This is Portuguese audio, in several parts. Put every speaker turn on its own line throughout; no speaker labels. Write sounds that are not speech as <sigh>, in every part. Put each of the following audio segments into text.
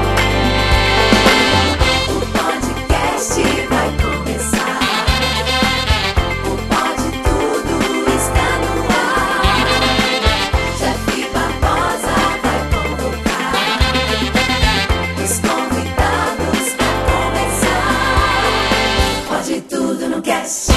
O podcast vai começar. O pode tudo está no ar. Chefe Barbosa vai convocar os convidados pra começar. Pode tudo no cast.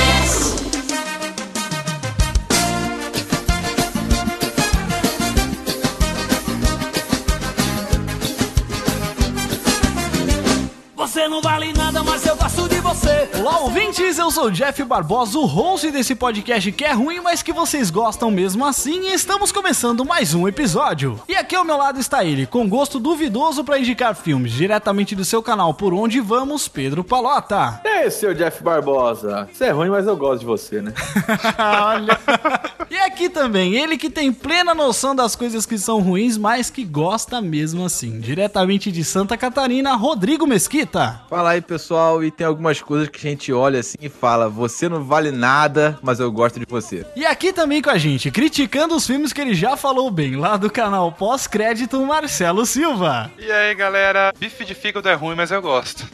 Você não vale nada, mas eu gosto de você.
Olá, ouvintes! Eu sou o Jeff Barbosa, o host desse podcast que é ruim, mas que vocês gostam mesmo assim, e estamos começando mais um episódio. E aqui ao meu lado está ele, com gosto duvidoso para indicar filmes diretamente do seu canal Por Onde Vamos, Pedro Palota.
É, seu Jeff Barbosa. Você é ruim, mas eu gosto de você, né?
Olha. <laughs> E aqui também, ele que tem plena noção das coisas que são ruins, mas que gosta mesmo assim. Diretamente de Santa Catarina, Rodrigo Mesquita.
Fala aí, pessoal, e tem algumas coisas que a gente olha assim e fala: você não vale nada, mas eu gosto de você.
E aqui também com a gente, criticando os filmes que ele já falou bem, lá do canal Pós-Crédito, Marcelo Silva.
E aí, galera? Bife de fígado é ruim, mas eu <laughs> gosto.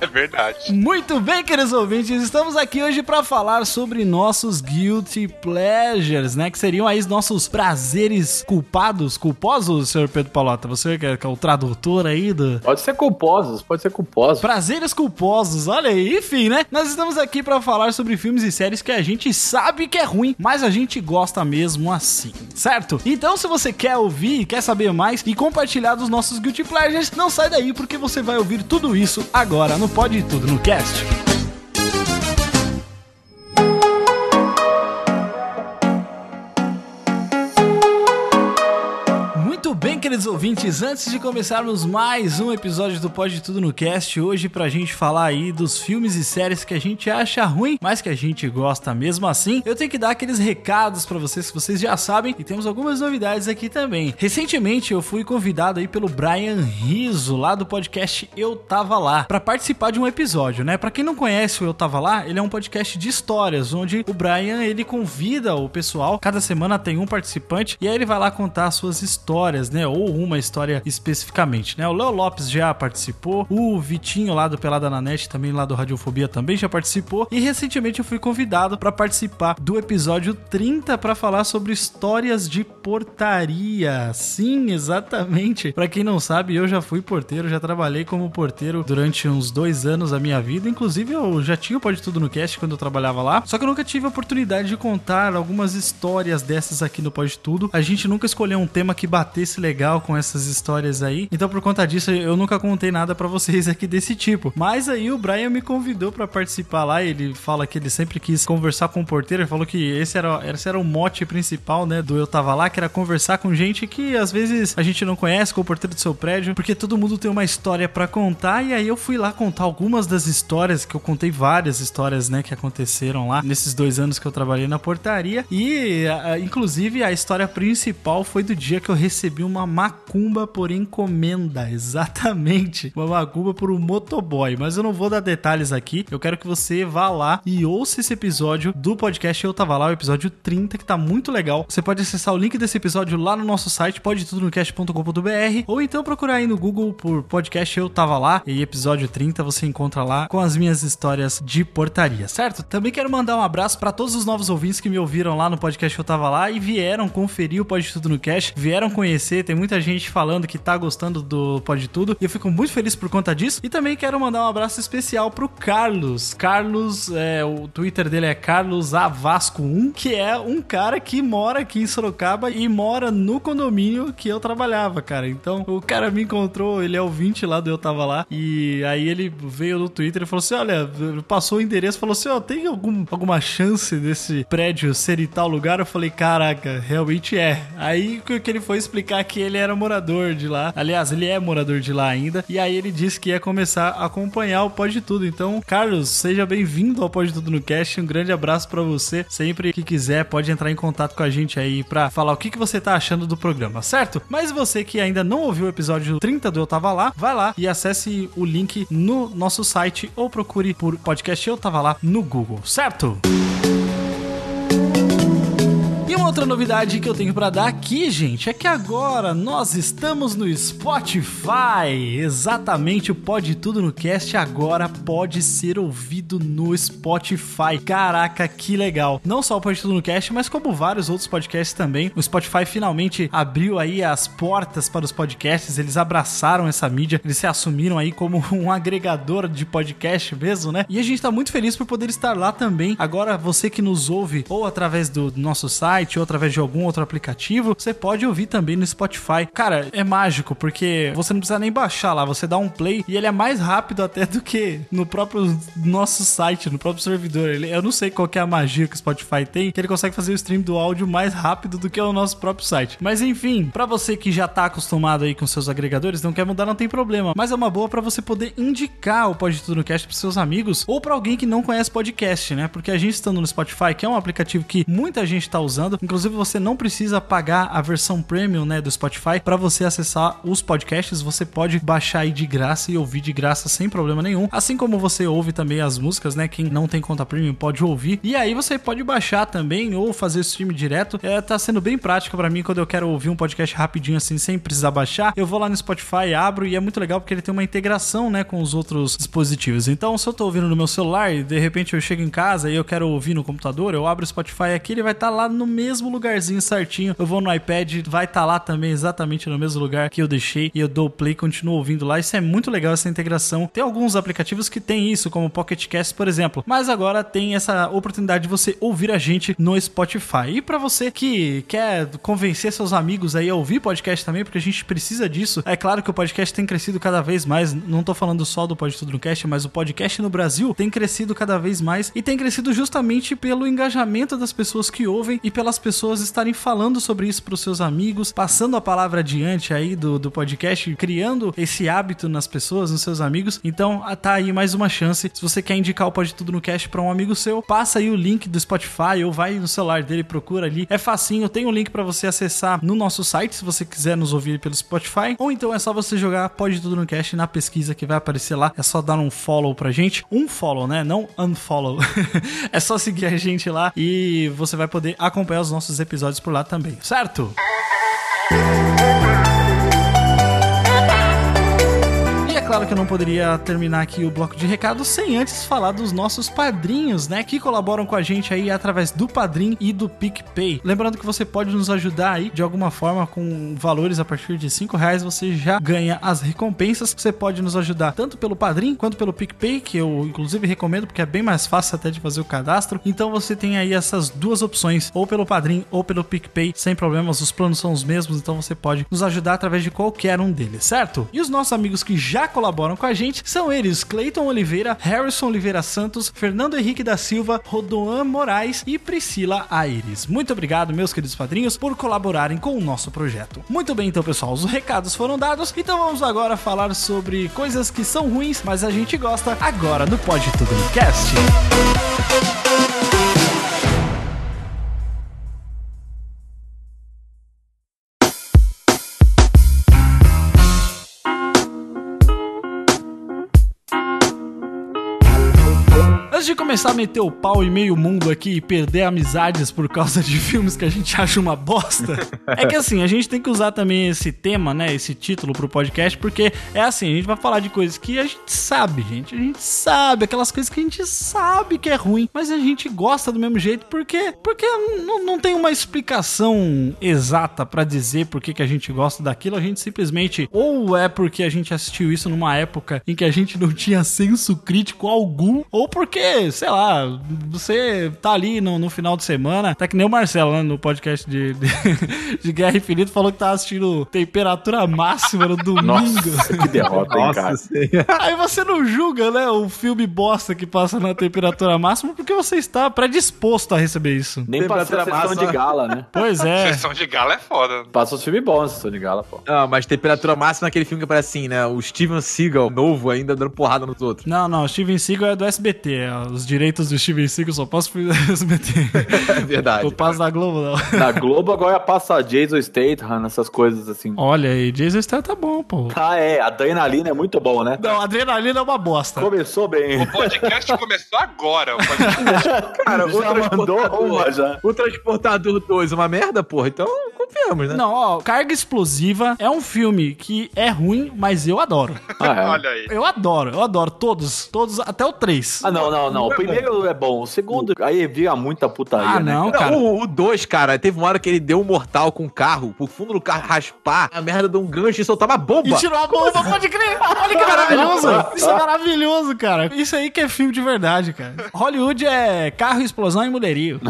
é verdade.
Muito bem, queridos ouvintes, estamos aqui hoje para falar sobre nossos guilty pleasures, né? Que seriam aí os nossos prazeres culpados, culposos, senhor Pedro Palota. Você que é, que é o tradutor aí do...
Pode ser culposos, pode ser culposos.
Prazeres culposos, olha aí, enfim, né? Nós estamos aqui para falar sobre filmes e séries que a gente sabe que é ruim, mas a gente gosta mesmo assim, certo? Então, se você quer ouvir, quer saber mais e compartilhar dos nossos Guilty Pleasures, não sai daí porque você vai ouvir tudo isso agora no Pode Tudo no Cast. Muito bem, queridos ouvintes, antes de começarmos mais um episódio do Pode Tudo no Cast, hoje pra gente falar aí dos filmes e séries que a gente acha ruim, mas que a gente gosta mesmo assim, eu tenho que dar aqueles recados pra vocês que vocês já sabem e temos algumas novidades aqui também. Recentemente eu fui convidado aí pelo Brian Riso, lá do podcast Eu Tava Lá, pra participar de um episódio, né? Pra quem não conhece o Eu Tava Lá, ele é um podcast de histórias, onde o Brian ele convida o pessoal, cada semana tem um participante, e aí ele vai lá contar suas histórias, né? Ou uma história especificamente, né? O Léo Lopes já participou, o Vitinho lá do Pelada na Net, também lá do Radiofobia, também já participou, e recentemente eu fui convidado pra participar do episódio 30 pra falar sobre histórias de portaria. Sim, exatamente. Pra quem não sabe, eu já fui porteiro, já trabalhei como porteiro durante uns dois anos da minha vida. Inclusive, eu já tinha o Pode Tudo no Cast quando eu trabalhava lá. Só que eu nunca tive a oportunidade de contar algumas histórias dessas aqui no Pode Tudo. A gente nunca escolheu um tema que batesse legal com essas histórias aí. Então, por conta disso, eu nunca contei nada pra vocês aqui desse tipo. Mas aí o Brian me convidou pra participar lá. Ele fala que ele sempre quis conversar com o porteiro. Ele falou que esse era, esse era o mote principal, né? Do Eu Tava Lá, que era conversar com gente que às vezes a gente não conhece, com o porteiro do seu prédio, porque todo mundo tem uma história pra contar. E aí eu fui lá contar algumas das histórias, que eu contei várias histórias, né? Que aconteceram lá nesses dois anos que eu trabalhei na portaria. E, a- inclusive, a história principal foi do dia que eu recebi uma macumba por encomenda. <laughs> Exatamente. Uma macumba por um motoboy. Mas eu não vou dar detalhes aqui. Eu quero que você vá lá e ouça esse episódio do podcast Eu Tava Lá, o episódio 30, que tá muito legal. Você pode acessar o link desse episódio lá no nosso site, podetudonocast.com.br, ou então procurar aí no Google por podcast Eu Tava Lá e episódio 30, você encontra lá com as minhas histórias de portaria, certo? Também quero mandar um abraço pra todos os novos ouvintes que me ouviram lá no podcast Eu Tava Lá e vieram conferir o Pode Tudo no Cast, vieram conhecer, tem muita gente falando que tá gostando do Pode Tudo e eu fico muito feliz por conta disso. E também quero mandar um abraço especial pro Carlos. Carlos, é, o Twitter dele é Carlos Avasco1, que é um cara que mora aqui em Sorocaba e mora no condomínio que eu trabalhava, cara. Então o cara me encontrou, ele é ouvinte lá do Eu Tava Lá e aí ele veio no Twitter e falou assim: Olha, passou o endereço, falou assim: Ó, tem algum, alguma chance desse prédio ser em tal lugar? Eu falei: Caraca, realmente é. Aí que que ele foi explicar que ele era morador de lá. Aliás, ele é morador de lá ainda. E aí ele disse que ia começar a acompanhar o Pode Tudo. Então, Carlos, seja bem-vindo ao Pode Tudo no Cast. Um grande abraço pra você. Sempre que quiser, pode entrar em contato com a gente aí pra falar o que, que você tá achando do programa, certo? Mas você que ainda não ouviu o episódio 30 do Eu Tava Lá, vai lá e acesse o link no nosso site ou procure por podcast Eu Tava Lá no Google, certo? E uma outra novidade que eu tenho pra dar aqui, gente, é que agora nós estamos no Spotify. Exatamente, o Pode Tudo no Cast agora pode ser ouvido no Spotify. Caraca, que legal. Não só o Pode Tudo no Cast, mas como vários outros podcasts também. O Spotify finalmente abriu aí as portas para os podcasts, eles abraçaram essa mídia, eles se assumiram aí como <laughs> um agregador de podcast mesmo, né? E a gente tá muito feliz por poder estar lá também. Agora, você que nos ouve ou através do nosso site ou através de algum outro aplicativo, você pode ouvir também no Spotify. Cara, é mágico, porque você não precisa nem baixar lá, você dá um play e ele é mais rápido até do que no próprio nosso site, no próprio servidor. Ele- eu não sei qual que é a magia que o Spotify tem, que ele consegue fazer o stream do áudio mais rápido do que o nosso próprio site. Mas enfim, pra você que já tá acostumado aí com seus agregadores, não quer mudar, não tem problema. Mas é uma boa pra você poder indicar o Pode Tudo no Cast pros seus amigos ou pra alguém que não conhece podcast, né? Porque a gente estando no Spotify, que é um aplicativo que muita gente tá usando, inclusive você não precisa pagar a versão premium, né, do Spotify pra você acessar os podcasts, você pode baixar aí de graça e ouvir de graça sem problema nenhum. Assim como você ouve também as músicas, né? Quem não tem conta premium pode ouvir. E aí você pode baixar também ou fazer o stream direto. É, tá sendo bem prático pra mim quando eu quero ouvir um podcast rapidinho assim, sem precisar baixar. Eu vou lá no Spotify, abro e é muito legal porque ele tem uma integração, né, com os outros dispositivos. Então, se eu tô ouvindo no meu celular e de repente eu chego em casa e eu quero ouvir no computador, eu abro o Spotify aqui, ele vai estar lá no mesmo lugarzinho certinho. Eu vou no iPad, vai estar lá também exatamente no mesmo lugar que eu deixei e eu dou o play, continuo ouvindo lá. Isso é muito legal essa integração. Tem alguns aplicativos que tem isso, como o Pocket Cast, por exemplo. Mas agora tem essa oportunidade de você ouvir a gente no Spotify. E pra você que quer convencer seus amigos aí a ouvir podcast também, porque a gente precisa disso. É claro que o podcast tem crescido cada vez mais. Não tô falando só do Pod Tudo no Cast, mas o podcast no Brasil tem crescido cada vez mais e tem crescido justamente pelo engajamento das pessoas que ouvem e pelas pessoas estarem falando sobre isso pros seus amigos, passando a palavra adiante aí do, do podcast, criando esse hábito nas pessoas, nos seus amigos. Então, ah, tá aí mais uma chance. Se você quer indicar o Pode Tudo no Cast pra um amigo seu, passa aí o link do Spotify ou vai no celular dele, procura ali. É facinho, tem um link pra você acessar no nosso site, se você quiser nos ouvir pelo Spotify, ou então é só você jogar Pode Tudo no Cast na pesquisa que vai aparecer lá. É só dar um follow pra gente. Um follow, né? Não unfollow. <laughs> é só seguir a gente lá e você vai poder acompanhar os nossos episódios por lá também, certo? E é claro que eu não poderia terminar aqui o bloco de recados sem antes falar dos nossos padrinhos, né? Que colaboram com a gente aí através do Padrim e do PicPay. Lembrando que você pode nos ajudar aí de alguma forma com valores a partir de 5 reais, você já ganha as recompensas. Você pode nos ajudar tanto pelo Padrim quanto pelo PicPay, que eu inclusive recomendo porque é bem mais fácil até de fazer o cadastro. Então você tem aí essas duas opções, ou pelo Padrim ou pelo PicPay, sem problemas, os planos são os mesmos, então você pode nos ajudar através de qualquer um deles, certo? E os nossos amigos que já colaboram com a gente são eles: Cleiton Oliveira, Harrison Oliveira Santos, Fernando Henrique da Silva, Rodoan Moraes e Priscila Aires. Muito obrigado, meus queridos padrinhos, por colaborarem com o nosso projeto. Muito bem, então, pessoal, os recados foram dados, então vamos agora falar sobre coisas que são ruins, mas a gente gosta agora no Pode Tudo no Cast. Antes de começar a meter o pau e meio mundo aqui e perder amizades por causa de filmes que a gente <laughs> acha uma bosta, é que assim, a gente tem que usar também esse tema, né? Esse título pro podcast, porque é assim, a gente vai falar de coisas que a gente sabe, gente. A gente sabe, aquelas coisas que a gente sabe que é ruim, mas a gente gosta do mesmo jeito porque, porque não, não tem uma explicação exata pra dizer por que, que a gente gosta daquilo. A gente simplesmente, ou é porque a gente assistiu isso numa época em que a gente não tinha senso crítico algum, ou porque, sei lá, você tá ali no, no final de semana, tá que nem o Marcelo, né, no podcast de, <laughs> de, de Guerra Infinita, falou que tava assistindo Temperatura Máxima no domingo.
Nossa, que derrota, hein, cara.
<laughs> Aí você não julga, né, o filme bosta que passa na temperatura máxima porque você está predisposto a receber isso.
Nem passou a
Temperatura
sessão
massa.
de gala, né?
Pois é.
Sessão de gala é foda.
Passou os filmes bons na sessão de gala, pô.
Não, Ah, mas temperatura máxima é aquele filme que aparece assim, né? O Steven Seagal, novo ainda, dando porrada nos outros.
Não, não, Steven Seagal é do SBT, é os direitos do Steven Seagal, eu só posso <laughs> meter
É verdade.
o passo da Globo, não.
Na Globo agora passa a Jason Statham, essas coisas assim.
<laughs> Olha aí, Jason Statham tá bom, pô.
Ah, é, a adrenalina é muito bom, né?
Não, adrenalina é uma bosta.
Começou bem.
O podcast <laughs> começou agora. O podcast
<laughs> Cara, o
Já mandou uma
transportador,
já.
o transportador 2 é uma merda, porra. Então, confiamos, né?
Não, ó, Carga Explosiva é um filme que é ruim, mas eu adoro.
Ah, é.
Olha aí.
Eu adoro, eu adoro todos, todos, até o 3.
Ah, não, não, não. O primeiro é bom. O segundo, aí vira muita putaria,
Ah,
né?
não,
Não,
cara.
o- o 2, cara, teve uma hora que ele deu um mortal com o carro, pro fundo do carro raspar, a merda de um gancho e soltar uma bomba.
E tirou a bomba,
assim?
pode crer. Olha
<laughs>
que maravilhoso. Isso é maravilhoso, cara. Isso aí que é filme de verdade, cara. Hollywood é carro, explosão e
<laughs>
mulherio.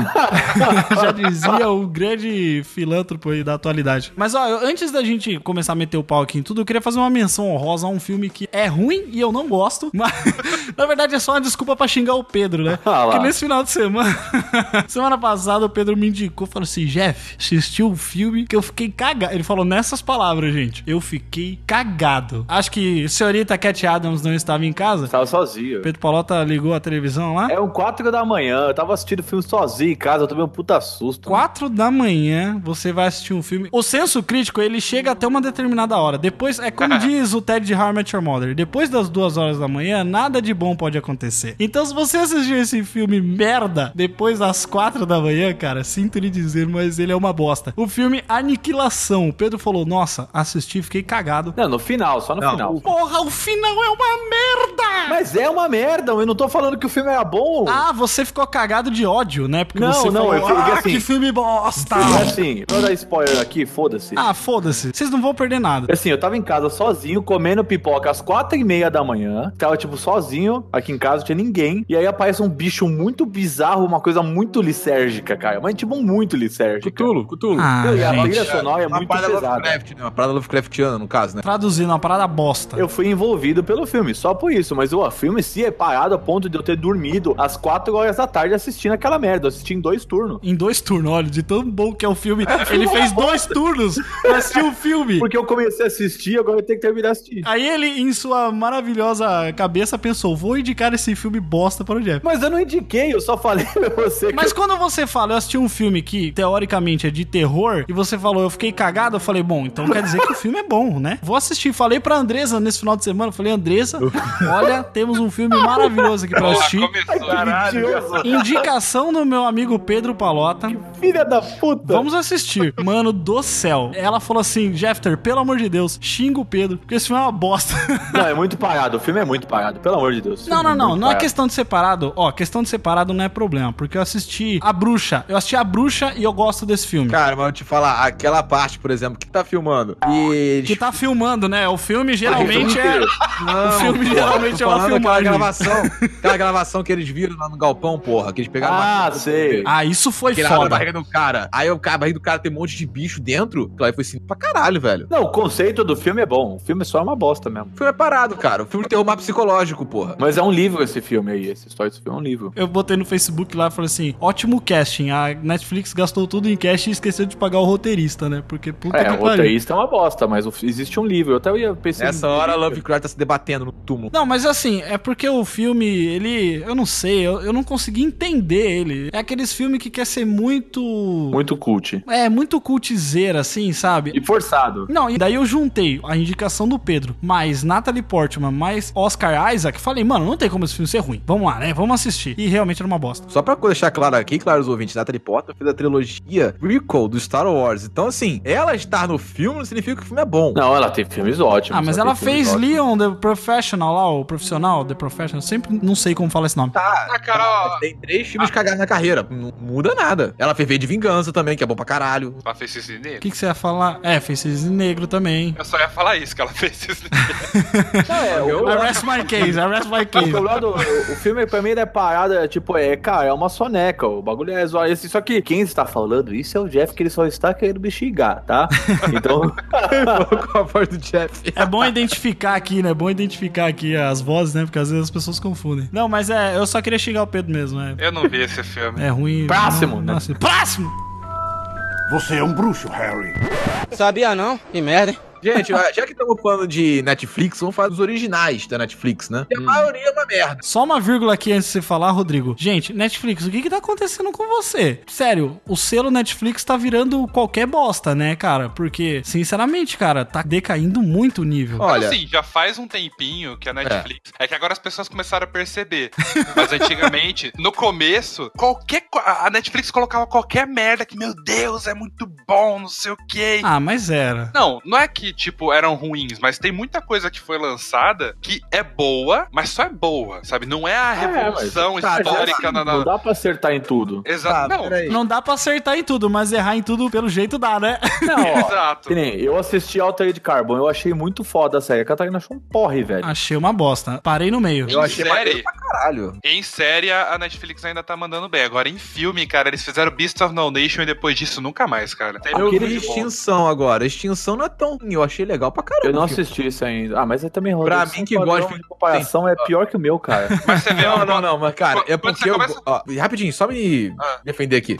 Já dizia o grande filântropo aí da atualidade. Mas, ó, eu- antes da gente começar a meter o pau aqui em tudo, eu queria fazer uma menção honrosa a um filme que é ruim e eu não gosto, mas <laughs> na verdade é só uma desculpa pra xingar o Pedro, né?
Ah lá.
Que nesse final de semana, <laughs> semana passada, o Pedro me indicou, falou assim, Jeff, assistiu um filme que eu fiquei cagado. Ele falou nessas palavras, gente. Eu fiquei cagado. Acho que senhorita Cat Adams não estava em casa.
Tava sozinho.
Pedro Palota ligou a televisão lá.
É um 4 da manhã, eu tava assistindo filme sozinho em casa, eu tomei um puta susto.
Quatro da manhã, você vai assistir um filme. O senso crítico, ele chega até uma determinada hora. Depois, é
<laughs>
como diz o Ted de How I Met Your Mother, depois das duas horas da manhã, nada de bom pode acontecer. Então, se você assistiu esse filme merda, depois das quatro da manhã, cara, sinto lhe dizer, mas ele é uma bosta. O filme Aniquilação. O Pedro falou, nossa, assisti, fiquei cagado.
Não, no final, só no
Não,
final.
Porra, o final é uma merda!
Mas é uma merda, eu não tô falando que o filme era bom.
Ah, você ficou cagado de ódio, né? Porque
Não,
você
não, eu fiquei
ah,
assim-
que filme
<laughs>
bosta!
Mas, assim, vou dar spoiler aqui, foda-se.
Tá. Ah, foda-se. Vocês não vão perder nada.
Assim, eu tava em casa sozinho, comendo pipoca às quatro e meia da manhã. Tava, tipo, sozinho. Aqui em casa não tinha ninguém. E aí aparece um bicho muito bizarro, uma coisa muito licérgica, cara. Mas, tipo, muito licérgica.
Cutulo.
Ah,
Não, e a
gente.
trilha sonora é
uma
muito
parada
pesada.
Lovecraft, né? Uma parada Lovecraftiana, no caso, né?
Traduzindo, uma parada bosta.
Eu fui envolvido pelo filme, só por isso. Mas o filme em si é parado a ponto de eu ter dormido às quatro horas da tarde assistindo aquela merda. Eu assisti em dois turnos.
Em dois turnos, olha, de tão bom que é o filme. Ele fez dois turnos pra assistir o filme.
Porque eu comecei a assistir, agora eu tenho que terminar de assistir.
Aí ele, em sua maravilhosa cabeça, pensou: vou indicar esse filme bosta para o Jeff.
Mas eu não indiquei, eu só falei <laughs> pra você que
Mas quando você fala, eu assisti um filme que teoricamente é de terror, e você falou, eu fiquei cagado, eu falei, bom, então quer dizer que o filme é bom, né? Vou assistir. Falei pra Andresa nesse final de semana, falei, Andresa, olha, temos um filme maravilhoso aqui pra
Ó,
assistir.
começou.
Caralho,
Indicação do meu amigo Pedro Palota.
filha da puta.
Vamos assistir. Mano do céu. Ela falou assim: Jeffter, pelo amor de Deus, xinga o Pedro, porque esse filme é uma bosta.
Não, é muito parado. O filme é muito parado, pelo amor de Deus.
<laughs> Não, não, não.
Muito
Não é
parado.
questão de separado. Ó, questão de separado não é problema, porque eu assisti A Bruxa. Eu assisti A Bruxa e eu gosto desse filme.
Cara, mas eu te falar, aquela parte, por exemplo, que tá filmando e eles
Que tá filmando, né? O filme geralmente é.
Não,
O filme
<laughs> porra,
geralmente
tô
é uma
falando daquela
filmagem.
gravação, aquela gravação que eles viram lá no galpão, porra, que eles pegaram
Ah,
máquina do
sei.
bebê,
Ah, isso foi
Que ele abre a
foda.
barriga do cara. Aí o cara, a barriga do cara tem um monte de bicho dentro. Aí foi assim, pra caralho, velho.
Não, o conceito do filme é bom. O filme só é uma bosta mesmo.
O filme é parado, cara. O filme de terror mais psicológico, porra.
Mas é um livro esse filme aí. Essa história desse filme é um livro.
Eu botei no Facebook lá e falei assim: ótimo casting. A Netflix gastou tudo em casting e esqueceu de pagar o roteirista, né? Porque puta
É,
que
o
pariu.
roteirista é uma bosta, mas o- existe um livro. Eu até ia pensar.
Nessa hora, Lovecraft tá se debatendo no túmulo.
Não, mas assim, é porque o filme, ele. Eu não sei, eu, eu não consegui entender ele. É aqueles filmes que quer ser muito.
Muito cult.
É, muito cultizeira, assim, sabe?
E forçado.
Não, e daí eu juntei a indicação do Pedro, mais Natalie Portman, mais Oscar Isaac. Falei, mano, não tem como esse filme ser ruim. Vamos lá, né? Vamos assistir. E realmente era uma bosta.
Só pra deixar claro aqui, claro, os ouvintes, Natalie Potter fez a trilogia Recall do Star Wars. Então, assim, ela estar no filme não significa que o filme é bom.
Não, ela tem filmes ótimos.
Ah, mas ela fez Leon, The Professional lá, o profissional, The Professional. Sempre não sei como fala esse nome.
Tá.
Ah, cara, <laughs> ó.
Tem três filmes cagados na carreira. Não muda nada. Ela fez V de Vingança também, que é bom pra caralho.
Ela fez cisne
O
negro?
que, que você ia falar? É, fez Cisne Negro também.
Eu só ia falar isso, que ela <laughs> fez cisne
É, o,
I rest my case, I rest my
o
case.
problema do- o filme pra mim ele é parado, é tipo, é, cara, é uma soneca. O bagulho é zoado. Esse- Só que quem está falando isso é o Jeff, que ele só está querendo me xingar,
<laughs>
tá? Então.
com a voz do Jeff.
É bom identificar aqui, né? É bom identificar aqui as vozes, né? Porque às vezes as pessoas confundem. Não, mas é, eu só queria xingar o Pedro mesmo, é.
Eu não vi esse filme.
É ruim.
Próximo,
não,
né?
nossa, próximo!
Você é um bruxo, Harry.
Sabia não? Que merda, hein?
<laughs> Hum.
Gente, ó, já que estamos falando de Netflix, vamos falar dos originais da Netflix, né? E a maioria é uma merda.
Só uma vírgula aqui antes de você falar, Rodrigo. Gente, Netflix, o que que tá acontecendo com você? Sério, o selo Netflix tá virando qualquer bosta, né, cara? Porque, sinceramente, cara, tá decaindo muito o nível.
Olha,
Olha, assim, já faz um tempinho que a Netflix. É. que agora as pessoas começaram a perceber. Mas <laughs> antigamente, no começo, qualquer. co- A Netflix colocava qualquer merda que, meu Deus, é muito bom, não sei o quê.
Ah, mas era.
Não, não é que, tipo, eram ruins, mas tem muita coisa que foi lançada que é boa, mas só é boa, sabe? Não é a revolução
Ah, mas-
<laughs>
tá, já
histórica na.
Não
na...
dá pra acertar em tudo.
Exato.
Ah,
não,
peraí.
Não dá pra acertar em tudo, mas errar em tudo pelo jeito dá, né?
Não, ó.
exato.
<laughs> Que nem, eu assisti Alter de Carbon, eu achei muito foda a série. A Catarina achou um porre, velho.
Ah,
Achei uma bosta. Parei no meio.
Eu
Em
achei
série?
maneiro pra caralho.
Em série, a a Netflix ainda tá mandando bem. Agora, em filme, cara, eles fizeram Beast of No Nation e depois disso nunca mais, cara. Tem
Eu
muito
vi
de bom.
Extinção agora. Extinção não é tão ruim. Eu achei legal pra caralho.
Eu não assisti isso ainda. Ah, mas eu também
Pra
Rodrigo,
mim
seu
que gosta
padrão
de-
de comparação é pior que o meu, cara.
Mas você vê
Não,
uma-
não, não, mas cara, é
Quando você
porque. eu-
começa-
ó, rapidinho, só me
Ah.
defender
<laughs>
aqui.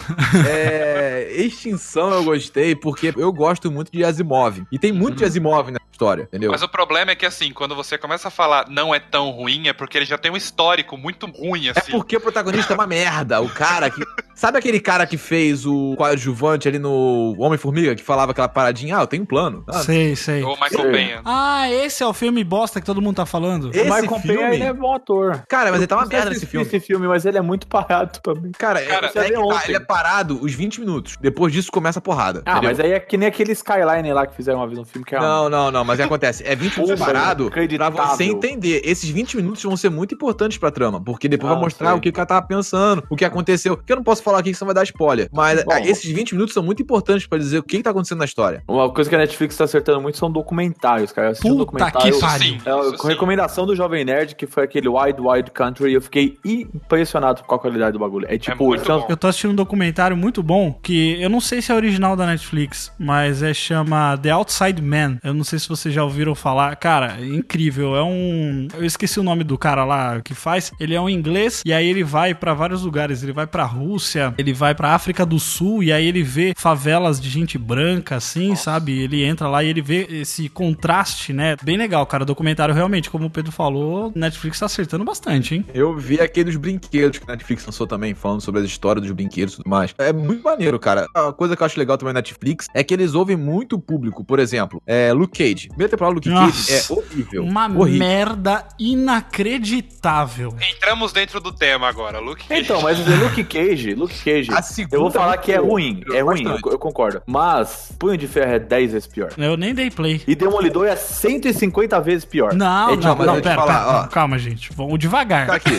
É, extinção eu gostei porque eu gosto muito de Asimov. E tem
Hum.
muito de Asimov na história, entendeu?
Mas o problema é que, assim, quando você começa a falar não é tão ruim, é porque ele já tem um histórico muito ruim,
É
assim.
porque o protagonista é uma merda. O cara
<laughs>
que. Sabe aquele cara que fez o coadjuvante ali no Homem-Formiga, que falava aquela paradinha, ah, eu tenho um plano. Ah,
Sei, sei.
Ou Michael
Sim.
Penha.
Ah, esse é o filme bosta que todo mundo tá falando?
Esse
o Michael Penha,
filme-
ele é bom ator.
Cara, mas ele tá uma
Eu
merda
assisti
nesse filme.
Esse filme, mas ele é muito parado pra mim.
Cara, é-
Cara,
é que tá,
eu vi ontem.
ele é parado os 20 minutos. Depois disso começa a porrada.
Ah,
entendeu?
mas aí é que nem aquele Skyline lá que fizeram uma vez um filme que é uma
Não, não, não, mas acontece. É 20 minutos
Porra,
parado pra
inacreditável.
você entender. Esses 20 minutos vão ser muito importantes pra trama, porque depois
Ah,
vai mostrar
sei.
o que o cara tava pensando, o que aconteceu. Que eu não posso falar aqui que senão vai dar spoiler. Mas
Bom.
ah, esses 20 minutos são muito importantes pra dizer o que, que tá acontecendo na história.
Uma coisa que a Netflix tá acertando muito são documentários, cara. Eu assisti um
Puta
documentário.
que
Isso
pariu.
sim.
É,
isso
com
sim.
recomendação do Jovem Nerd, que foi aquele Wide Wide Country, eu fiquei impressionado com a qualidade do bagulho. É tipo,
muito
trans-
bom.
Eu tô assistindo um documentário muito bom que eu não sei se é original da Netflix, mas é chama The Outside Man. Eu não sei se vocês já ouviram falar. Cara, é incrível. É um. Eu esqueci o nome do cara lá que faz. Ele é um inglês e aí ele vai pra vários lugares. Ele vai pra Rússia, ele vai pra África do Sul e aí ele vê favelas de gente branca, assim, sabe? Ele entra lá e ele vê esse contraste, né? Bem legal, cara. O documentário realmente, como o Pedro falou, Netflix tá acertando bastante, hein?
Eu vi aquele dos brinquedos que a Netflix lançou também, falando sobre as histórias dos brinquedos e tudo mais. É muito maneiro, cara. A coisa que eu acho legal também na Netflix é que eles ouvem muito o público. Por exemplo, é Luke Cage. Primeira temporada do Luke
Nossa.
Cage é horrível.
Uma
horrível.
merda inacreditável.
Entramos dentro do tema agora, Luke.
Então, mas o Luke Cage, Luke Cage.
Assim,
A segunda
Eu vou falar
muito
que é
boa.
ruim. É ruim, eu, eu concordo. Mas Punho de Ferro é 10 vezes pior.
Eu nem dei play.
E Demolidor é 150 vezes pior.
Não,
é
não,
mas
não,
eu te
pera,
falar,
pera.
ó.
Calma, gente. Vamos devagar.
Tá aqui.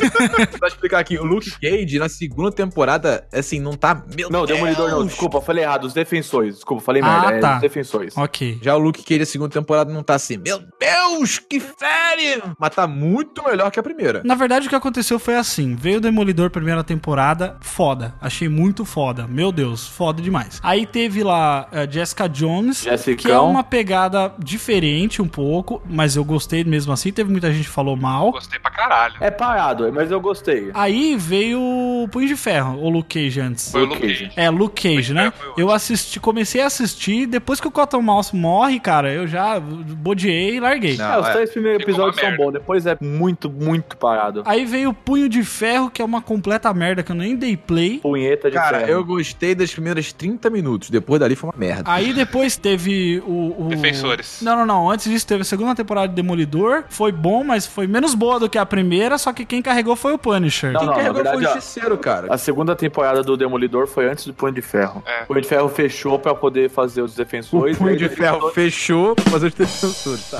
Vou explicar aqui. O Luke Cage, na segunda temporada, assim, não tá. Meu
Não, Demolidor não,
Deus!
desculpa, eu falei errado. Os defensores. Desculpa, eu falei
Ah,
merda.
tá.
É, os defensores.
Ok.
Já o Luke Cage, na segunda temporada, não tá assim. Meu Deus, que série! Mas tá muito melhor que a primeira.
Na verdade, o que aconteceu foi assim: veio o Demolidor primeira temporada, foda. Achei muito foda. Meu Deus, foda demais. Aí teve lá eh, Jessica Jones,
Jessicão.
que é uma pegada diferente um pouco, mas eu gostei mesmo assim. Teve muita gente que falou mal.
Gostei pra caralho.
É parado, mas eu gostei.
Aí veio o Punho de Ferro, ou Luke Cage antes.
Foi o
Luke
Luke.
Cage.
É, Luke Cage,
Foi,
né?
foi, foi.
Eu assisti, comecei a assistir, depois que o Cotton Mouse morre, cara, eu já bodeei e larguei.
Não.
É, os
é.
três primeiros
Ficou
episódios
uma
são bons, depois é muito, muito parado.
Aí veio o Punho de Ferro, que é uma completa merda, que eu nem dei play.
Punheta de
Cara,
ferro.
eu gostei das primeiras 30 minutos. Depois dali foi uma merda.
Aí depois teve o, o-
Defensores.
Não, não, não. Antes disso teve a segunda temporada de Demolidor. Foi bom, mas foi menos boa do que a primeira, só que quem carregou foi o Punisher.
Não,
Quem
não, na
carregou foi o
verdade, ó,
Justiceiro, cara.
A segunda temporada do Demolidor foi antes do Punho de Ferro.
É.
O Punho de Ferro fechou pra poder fazer os defensores. e aí ele fechou-
fechou, mas os defensores. Tá.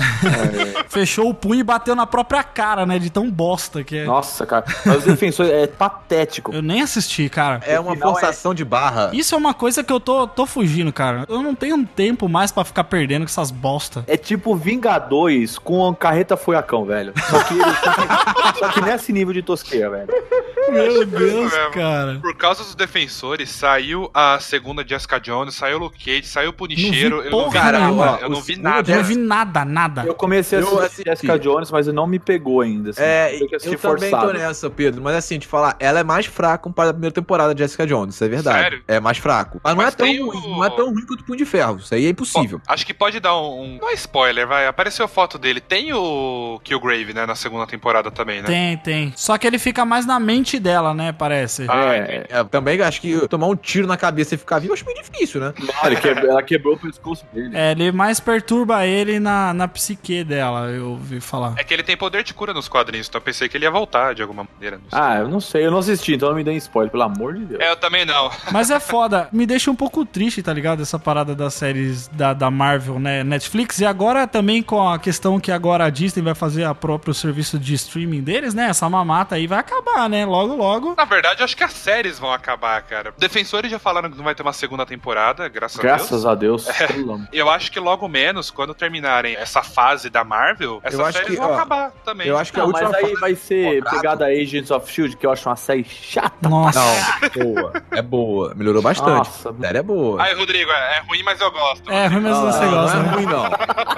Fechou o punho e bateu na própria cara, né? De tão bosta que é.
Nossa, cara. Mas os defensores é patético.
Eu nem assisti, cara.
É uma
final é-
forçação de barra.
Isso é uma coisa que eu tô, tô fugindo, cara. Eu não tenho tempo mais pra ficar perdendo com essas bosta.
É tipo Vingadores com carreta furacão, velho. Só que, só que, só que nesse nível de tosqueira, velho.
Meu
Deus,
Deus, cara.
Por causa dos defensores, saiu a segunda Jessica Jones, saiu o Luke Cage, saiu o
Não
Punicheiro.
vi
Eu não vi
porra
nada,
nenhuma.
eu não vi
O
nada.
Eu não vi nada, nada.
Eu comecei a
Eu
assistir
assisti.
Jessica Jones, mas não me pegou ainda. assim.
É,
Tem que assistir
eu também tô
forçado.
nessa, Pedro. Mas assim, te falar, ela é mais fraca comparada à primeira temporada de Jessica Jones, isso é verdade.
Sério?
É mais fraco. Mas, não,
Mas
é tão
tem o-
ruim, não é tão ruim quanto o Punho de Ferro, isso aí é impossível.
Acho que pode dar um. um- Não é spoiler, vai. Apareceu foto dele. Tem o Killgrave, né? Na segunda temporada também, né?
Tem, tem. Só que ele fica mais na mente dela, né? Parece.
Ah,
É,
É, também acho que tomar um tiro na cabeça e ficar vivo, eu acho meio difícil, né?
não, ele quebrou- ela quebrou o pescoço dele.
É, ele mais perturba ele na, na psique dela, eu ouvi falar.
É que ele tem poder de cura nos quadrinhos, então eu pensei que ele ia voltar de alguma maneira. Não sei.
Ah, eu não sei, eu não assisti, então não me dê spoiler, pelo amor de Deus.
É, eu também não. <laughs>
Mas é foda. Me deixa um pouco triste, tá ligado? Essa parada das séries da, da Marvel, né? Netflix. E agora também com a questão que agora a Disney vai fazer a próprio serviço de streaming deles, né? Essa mamata aí vai acabar, né? Logo, logo.
Na verdade, eu acho que as séries vão acabar, cara. Defensores já falaram que não vai ter uma segunda temporada, graças, a Deus.
Graças a Deus. É. pelo amor.
Eu acho que logo menos, quando terminarem essa fase da Marvel, essas
acho
séries
que,
vão
ó,
acabar também.
Eu acho que a
Não,
última
mas aí <laughs>
fase-
vai ser
contrato.
pegada Agents of Shield, que eu acho uma série chata.
Nossa.
Não, boa. É boa. Melhorou bastante.
Nossa,
Sério, é boa.
Ai, Rodrigo, é, é ruim, mas eu gosto.
É ruim mesmo
Não,
você
não,
gosta,
não é
né?
ruim, não.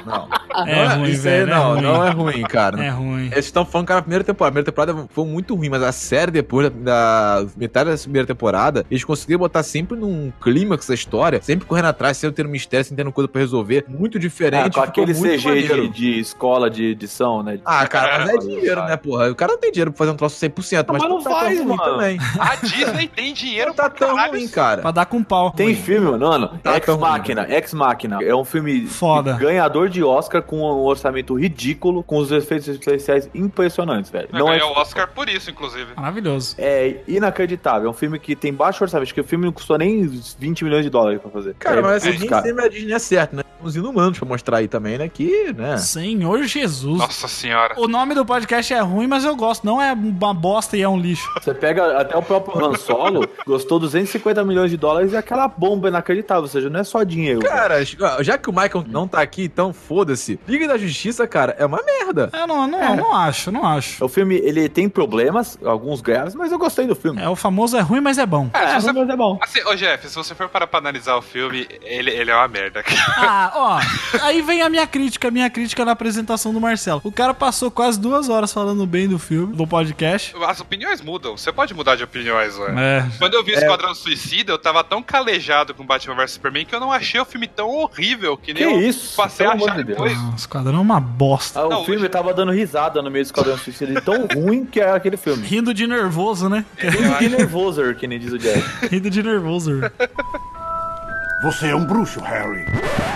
Não.
É
Não
ruim,
isso aí
velho, é
Não,
ruim.
não é ruim, cara.
É ruim.
Eles estão falando, cara, a primeira temporada. A primeira temporada foi muito ruim, mas a série depois da, da metade da primeira temporada, eles conseguiram botar sempre num clímax da história, sempre correndo atrás, sem ter um mistério, sem ter uma coisa pra resolver. Muito diferente.
Ah, com
ficou
aquele
muito
CG de,
maneiro.
de escola de edição, né?
Ah, cara, mas é
Olha,
dinheiro,
cara.
né, porra? O cara não tem dinheiro pra fazer um troço 100%, mas,
mas não
tá tão
faz,
ruim
mano.
também.
A Disney tem dinheiro
Não <laughs> tá
pra
tão
caralho.
ruim, cara.
Pra dar com pau.
Tem filme, mano.
Tá
Ex
tão ruim.
Machina, Ex Machina. É um filme
Foda.
ganhador de Oscar com um orçamento ridículo, com os efeitos especiais impressionantes, velho.
Não
Não é,
ganhou o Oscar por isso, inclusive.
Maravilhoso.
é inacreditável. É um filme que tem baixo orçamento. Acho que o filme não custou nem uns 20 milhões de dólares pra fazer.
Cara,
É
mas assim,
muito
nem
caro.
sempre a Disney é certo, né? Uns inumanos pra mostrar aí também, né? Que, né?
Senhor Jesus.
Nossa senhora.
O nome do podcast é ruim, mas eu gosto. Não é uma bosta e é um lixo.
Você pega até o próprio Han Solo, <laughs> gostou 250 milhões de dólares e é aquela bomba inacreditável. Ou seja, não é só dinheiro. velho.
Cara, já que o Michael não tá aqui, então foda-se. Liga da Justiça, cara, é uma merda.
Eu não, não,
É.
não acho, não acho.
O É um filme, ele tem problemas, alguns graves, mas eu gostei do filme.
É, o famoso é ruim, mas é
<laughs>
bom.
É, se
mas
você-
é bom.
Assim, ô Jeff, se você for parar pra analisar o filme, ele, ele é uma merda.
Ah, ó. Aí vem a minha crítica, a minha crítica na apresentação do Marcelo. O cara passou quase duas horas falando bem do filme, do podcast.
<laughs> As opiniões mudam, você pode mudar de opiniões, ué.
É.
Quando eu vi Esquadrão Suicida, eu tava tão calejado com Batman vs Superman que eu não achei o filme tão horrível que nem
Que
eu
isso,
passei a
pelo
achar
amor de Deus.
depois.
O Esquadrão é uma bosta.
Ah, o
Não,
filme
hoje-
tava dando risada no meio do Esquadrão Suicida, de tão ruim que era aquele
<laughs>
filme.
Rindo de nervoso, né? <laughs>
Eu
Que
acho-
nervoso, que nem diz o Jack.
Rindo de nervoso.
Você é um bruxo, Harry.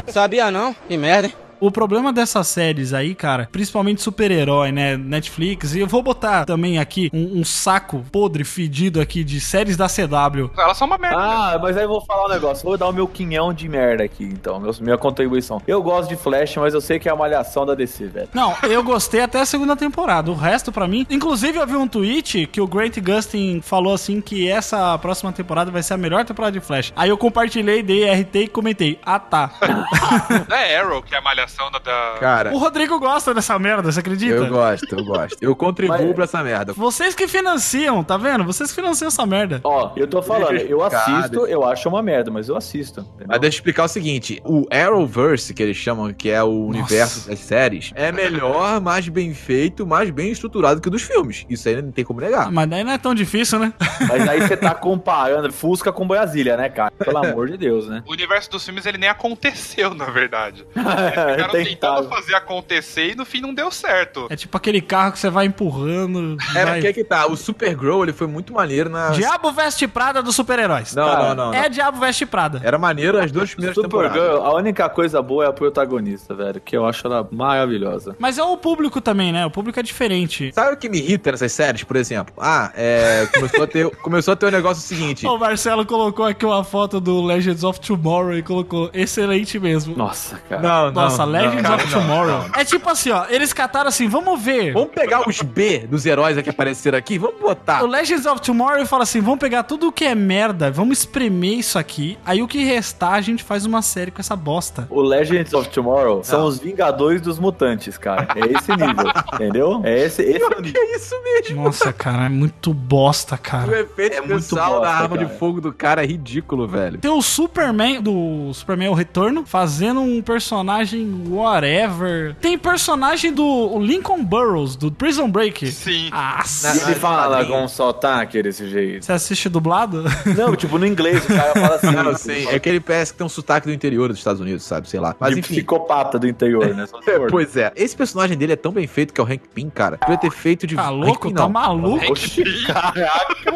Sabia não? Que merda, hein?
O problema dessas séries aí, cara, principalmente super-herói, né? Netflix, e eu vou botar também aqui um, um saco podre, fedido aqui de séries da CW.
Elas são uma merda.
Ah, mas aí eu vou falar um negócio. Vou dar o meu quinhão de merda aqui, então. meus- minha contribuição. Eu gosto de Flash, mas eu sei que é a malhação da DC, velho.
Não, eu gostei até a segunda temporada. O resto, pra mim. Inclusive, eu vi um tweet que o Grant Gustin falou assim que essa próxima temporada vai ser a melhor temporada de Flash. Aí eu compartilhei, dei RT e comentei. Ah, tá.
<laughs>
Não é Arrow que é a malhação da. da-
Cara,
o Rodrigo gosta dessa merda, você acredita?
eu gosto, eu gosto. Eu contribuo
Mas-
pra essa merda.
Vocês que financiam, tá vendo? Vocês que financiam essa merda.
Ó, eu tô falando, eu
Cara,
assisto, eu acho uma merda, mas eu assisto. entendeu?
Mas deixa eu explicar o seguinte: o Arrowverse, que eles chamam, que é o
Nossa.
universo das séries, é melhor, mais bem feito, mais bem estruturado que o dos filmes. Isso aí não tem como
Ah,
negar.
Mas daí não é tão difícil, né?
Mas aí você tá comparando Fusca com Brasília, né, cara? Pelo amor de
<laughs>
Deus, né?
O universo dos filmes ele nem aconteceu, na verdade. Ficaram
É,
tentando
tentava.
fazer acontecer e no fim não deu certo.
É tipo aquele carro que você vai empurrando.
É,
vai-
porque é que tá. O Supergirl, ele foi muito maneiro na.
Diabo Veste Prada dos super-heróis.
Não,
Cara,
não, não, não.
É Diabo Veste Prada.
Era maneiro as duas primeiras temporadas.
Supergirl, a única coisa boa é a protagonista, velho, que eu acho ela maravilhosa.
Mas é o público também, né? O público é diferente.
Sabe o que me irrita nessas séries, por exemplo? Ah, é. Começou a ter, <laughs> começou a ter um negócio seguinte.
O Marcelo colocou aqui uma foto do Legends of Tomorrow e colocou excelente mesmo.
Nossa, cara.
Não, não.
Nossa, Legends
Não,
of
não,
Tomorrow. É tipo assim, ó, eles cataram assim, vamos ver.
Vamos pegar os B dos heróis que apareceram aqui, vamos botar.
O Legends of Tomorrow fala assim: vamos pegar tudo o que é merda, vamos espremer isso aqui. Aí o que restar, a gente faz uma série com essa
<laughs>
bosta.
O Legends of Tomorrow são os Vingadores dos Mutantes, cara. É esse
<laughs>
nível, entendeu? É esse, esse é o nível.
É isso mesmo.
Nossa, cara, é muito bosta,
O
cara.
efeito
É muito
especial da
bosta,
arma
cara.
de fogo do cara é ridículo, velho.
Tem o Superman do Superman o Retorno fazendo um personagem whatever. Tem personagem do o Lincoln Burrows, do Prison Break.
Sim.
Nossa.
E ele fala
quadrinho.
com um sotaque desse jeito.
Você assiste dublado?
<laughs>
<laughs>
Não, tipo, no inglês o cara fala assim.
Não, sei. É que ele parece que tem um sotaque do interior dos Estados Unidos, sabe? Sei lá. <laughs> Mas
de
enfim.
psicopata do interior, né? Só se for.
Pois é. Esse personagem dele é tão bem feito que é o Hank Pym, cara. Podia ter feito de.
Tá
Hank
louco?
Pym,
Tá
não.
maluco?
<laughs>
<laughs>
Oxi,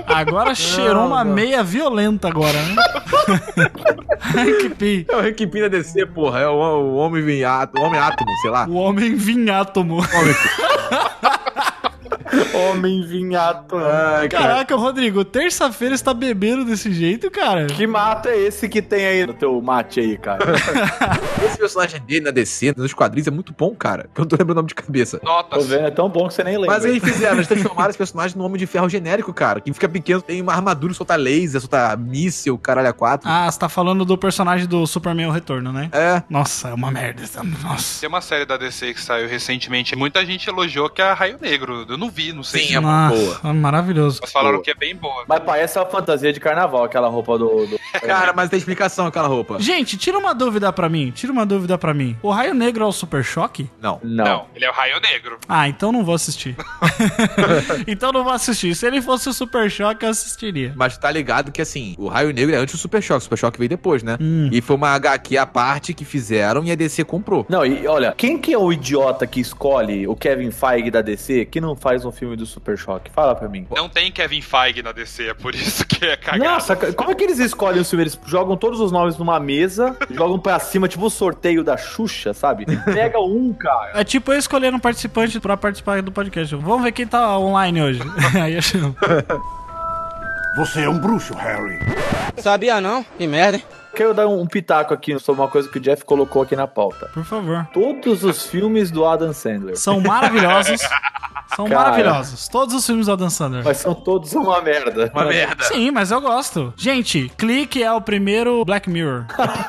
Agora cheirou uma
não.
meia violenta agora, né? <laughs> que pi.
É o Hank Pym da DC, porra. É o, o homem vinhato, o homem átomo, sei lá.
O homem vinhátomo.
<laughs> homem vinhato.
Ai,
Caraca, Rodrigo, terça-feira você tá bebendo desse jeito, cara?
Que mato é esse que tem aí no teu mate aí, cara?
Esse personagem dele na DC, nos quadrinhos, é muito bom, cara. Que eu não tô lembrando o nome de cabeça.
<laughs> Tô
Notas.
vendo, é tão bom que você nem lembra.
Mas eles fizeram, <laughs> eles transformaram esse personagem num homem de ferro genérico, cara. Que fica pequeno, tem uma armadura, solta laser, solta míssil, caralho, a quatro.
Ah, você tá falando do personagem do Superman o Retorno, né?
É.
Nossa, é uma merda. essa- Nossa.
Tem uma série da DC que saiu recentemente. Muita gente elogiou que é Raio Negro. Eu não vi, não sei.
Sim,
se-
é uma
Nossa, maravilhoso.
Mas falaram
boa.
que é bem boa.
Mas parece uma fantasia de carnaval, aquela roupa
<laughs>
do. do-
Cara, mas tem explicação aquela roupa.
Gente, tira uma dúvida pra mim. Tira uma dúvida pra mim. O Raio Negro é o Super Choque?
Não.
Não.
Não, ele é o Raio Negro.
Ah, então não vou assistir. <laughs> então não vou assistir. Se ele fosse o Super Choque, eu assistiria.
Mas tá ligado que assim, o Raio Negro é antes do Super Choque. O Super Choque veio depois, né? E foi uma HQ à parte que fizeram e a DC comprou.
Não, e olha, quem que é o idiota que escolhe o Kevin Feige da DC que não faz um filme do Super Choque? Fala pra mim.
Não tem Kevin Feige na DC, é por isso que é cagado.
Nossa, ca- como é que eles escolhem o filme? Eles jogam todos os nomes numa mesa, <laughs> jogam pra cima, tipo o sorteio da Xuxa, sabe? Pega um, cara.
É tipo eu escolher um participante pra participar do podcast. Vamos ver quem tá online hoje. <laughs> Aí eu chamo.
Você é um bruxo, Harry.
Sabia não? Que merda, hein?
Quero dar um pitaco aqui sobre uma coisa que o Jeff colocou aqui na pauta.
Por favor.
Todos os filmes do Adam Sandler.
São maravilhosos. São
Cara.
maravilhosos. Todos os filmes da Dan Sandler.
Mas são todos uma merda. <laughs>
Uma
É.
merda.
Sim, mas eu gosto. Gente, clique é o primeiro Black Mirror. <laughs>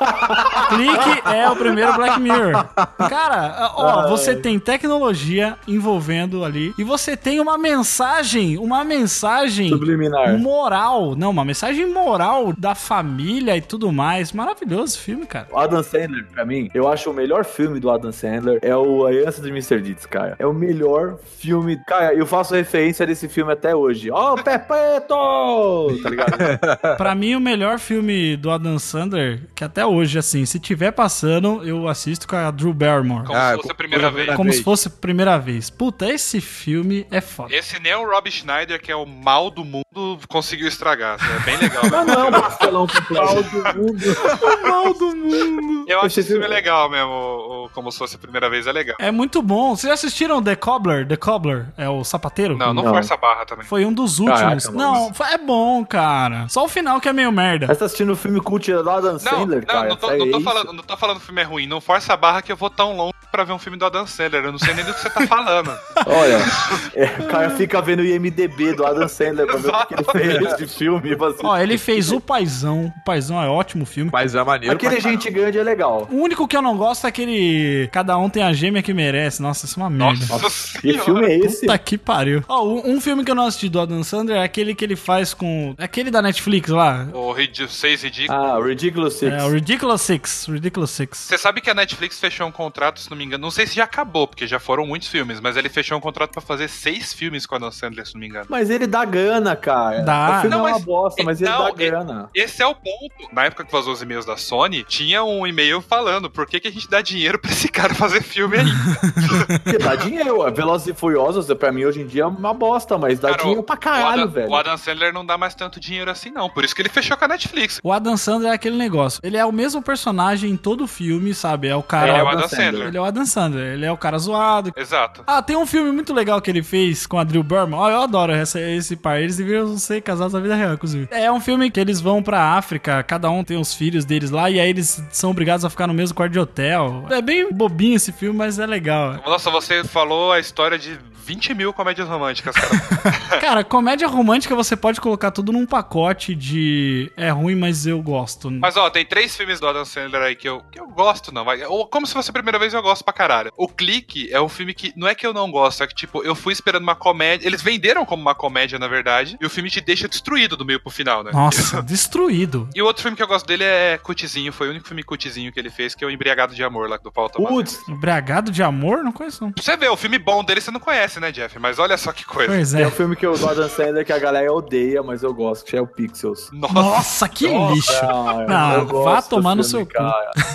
clique é o primeiro Black Mirror. Cara, ó, você tem tecnologia envolvendo ali e você tem uma mensagem, uma mensagem
Subliminar.
moral, não, uma mensagem moral da família e tudo mais. Maravilhoso filme, cara.
O Adam Sandler, pra mim, eu acho o melhor filme do Adam Sandler é o A Herança do Mr. Deeds, cara. É o melhor filme. Cara, eu faço referência desse filme até hoje. Ó, oh, Pepeto! Tá ligado?
É.
Pra mim, o melhor filme do Adam Sandler, que até hoje, assim, se tiver passando, eu assisto com a Drew Barrymore.
<laughs>
Como
Ah,
se fosse a primeira vez.
Como
vez.
se fosse a primeira vez. Puta, esse filme é foda.
Esse nem o Rob Schneider, que é o mal do mundo, conseguiu estragar. assim, É bem legal.
Mas
mesmo.
não é um pastelão completo do mundo.
Eu acho esse
Esse
filme
filme-
legal mesmo, o- o como se fosse a primeira vez, é legal.
É muito bom. Vocês já assistiram The Cobbler? The Cobbler? É o sapateiro?
Não, não,
Não.
força a barra também.
Foi um dos últimos.
Caraca, mano.
não, foi- é bom, cara. Só o final que é meio merda.
Você tá assistindo o filme cult do Adam
Não,
Sandler,
não,
cara?
não, tô,
É
não, tô
isso?
falando, não tô falando que o filme é ruim. Não força a barra que eu vou tão longe pra ver um filme do Adam Sandler. Eu não sei nem do que você tá falando.
<laughs> Olha, é, o cara fica vendo o IMDB do Adam Sandler pra ver o que ele fez de filme. e fala Assim,
Ó, ele fez O Paizão. O Paizão é ótimo filme.
Mas é maneiro.
Aquele
pra
gente grande é legal.
O único que eu não gosto é aquele Cada um tem a gêmea que merece. Nossa, isso é uma merda.
Nossa
Que
senhora.
filme é esse?
Puta que pariu. Ó, um, um filme que eu não assisti do Adam Sandler é aquele que ele faz com. é Aquele da Netflix lá.
O Rid- Seis Ridículos.
Ah, Ridiculous Six.
É, o Ridiculous Six. Ridiculous Six.
Você sabe que a Netflix fechou um contrato, se não me engano. Não sei se já acabou, porque já foram muitos filmes, mas ele fechou um contrato pra fazer seis filmes com o Adam Sandler, se não me engano.
Mas ele dá grana, cara.
Dá.
O filme
Não,
é uma
mas-
bosta, mas ele
não,
dá
ele-
grana.
Esse é o ponto. Na época que vazou os e-mails da Sony, tinha um e-mail falando por que, que a gente dá dinheiro pra esse cara fazer filme aí.
Porque dá dinheiro. ué. Velozes e Furiosos Deus, pra mim hoje em dia é uma bosta, mas dá
Cara,
dinheiro pra caralho,
o Adam,
velho.
O Adam Sandler não dá mais tanto dinheiro assim, não. Por isso que ele fechou com a Netflix.
O Adam Sandler é aquele negócio. Ele é o mesmo personagem em todo o filme, sabe? É o cara.
Ele é o
Adam
Adam
Sandler.
Sandler.
Ele é o Adam Sandler. Ele é o cara zoado.
Exato.
Ah, tem um filme muito legal que ele fez com a Drew Burman. Ó, eu adoro essa- esse par. Eles deveriam ser casados na vida real, inclusive. É um filme que eles vão pra África, cada um tem os filhos deles lá, e aí eles são obrigados a ficar no mesmo quarto de hotel. É bem bobinho esse filme, mas é legal.
<laughs> Nossa, você falou a história de 20 mil comédias românticas,
<laughs>
cara.
Cara, comédia romântica você pode colocar tudo num pacote de é ruim, mas eu gosto.
Mas ó, tem três filmes do Adam Sandler aí que eu, que eu gosto, não. Mas, ou, como se fosse a primeira vez, eu gosto pra caralho. O Clique é um filme que não é que eu não gosto, é que, tipo, eu fui esperando uma comédia. Eles venderam como uma comédia, na verdade, e o filme te deixa destruído do meio pro final, né?
Nossa, destruído.
E o outro filme que eu gosto dele é Cutizinho, foi o único filme Cutizinho que ele fez, que é o Embriagado de Amor lá do Paulo Tomás.
Putz,
Embriagado de amor? Não conheço, não.
Você vê, o filme bom dele você não conhece, né, Jeff? Mas olha só que coisa.
Pois
é
é.
um filme que eu do Adam Sandler que a galera odeia, mas eu gosto, que é o Pixels.
Nossa.
Nossa, que lixo. <laughs>
Não,
Não, vá tomar no seu cu.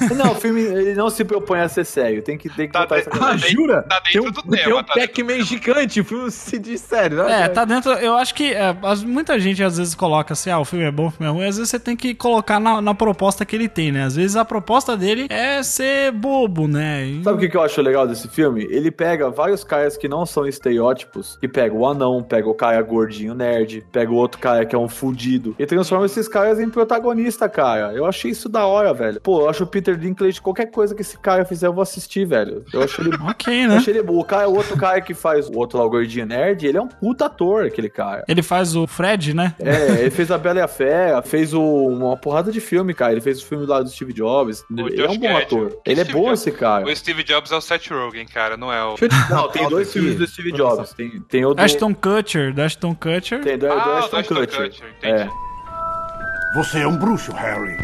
cu. Não, o filme ele não se propõe a ser sério. Tem que, tem que
Tá
botar
de-
essa
Ah,
galera.
jura?
Tá
tem
dentro
um,
do
tem
tema,
um
tá
Pac-Man gigante, o filme né? se diz sério. olha.
É, tá dentro. Eu acho que é, as- muita gente às vezes coloca assim: ah, o filme é bom, o filme é ruim. Às vezes você tem que colocar na, na proposta que ele tem, né? Às vezes a proposta dele é ser bobo, né? E-
Sabe o que, que eu acho legal desse filme? Ele pega vários caras que não são estereótipos e pega o anão, pega o cara gordinho nerd, pega o outro cara que é um fudido e transforma esses caras em protagonista, cara. Eu achei isso da hora, velho. Pô, eu acho o Peter Dinklage, qualquer coisa que esse cara fizer, eu vou assistir, velho. Eu
<laughs>
acho ele.
Ok,
eu
né?
acho ele o cara, o outro cara que faz o outro lá, o gordinho nerd, ele é um puta ator, aquele cara.
Ele faz o Fred, né?
É, ele fez a Bela e a Fera, fez o- uma porrada de filme, cara. Ele fez o filme lá do Steve Jobs. ele é
Josh
um bom
Gad.
ator.
Que
Ele é
Steve
bom
Jobs?
esse cara.
O Steve Jobs é o Seth Rogen, cara, não é o.
Deixa eu te
Não, tem dois filmes do Steve Jobs. Tem, tem o do...
Ashton Kutcher, do Ashton Kutcher.
Tem do, do
Ah,
Ashton Kutcher.
entendi.
É.
Você é um bruxo, Harry.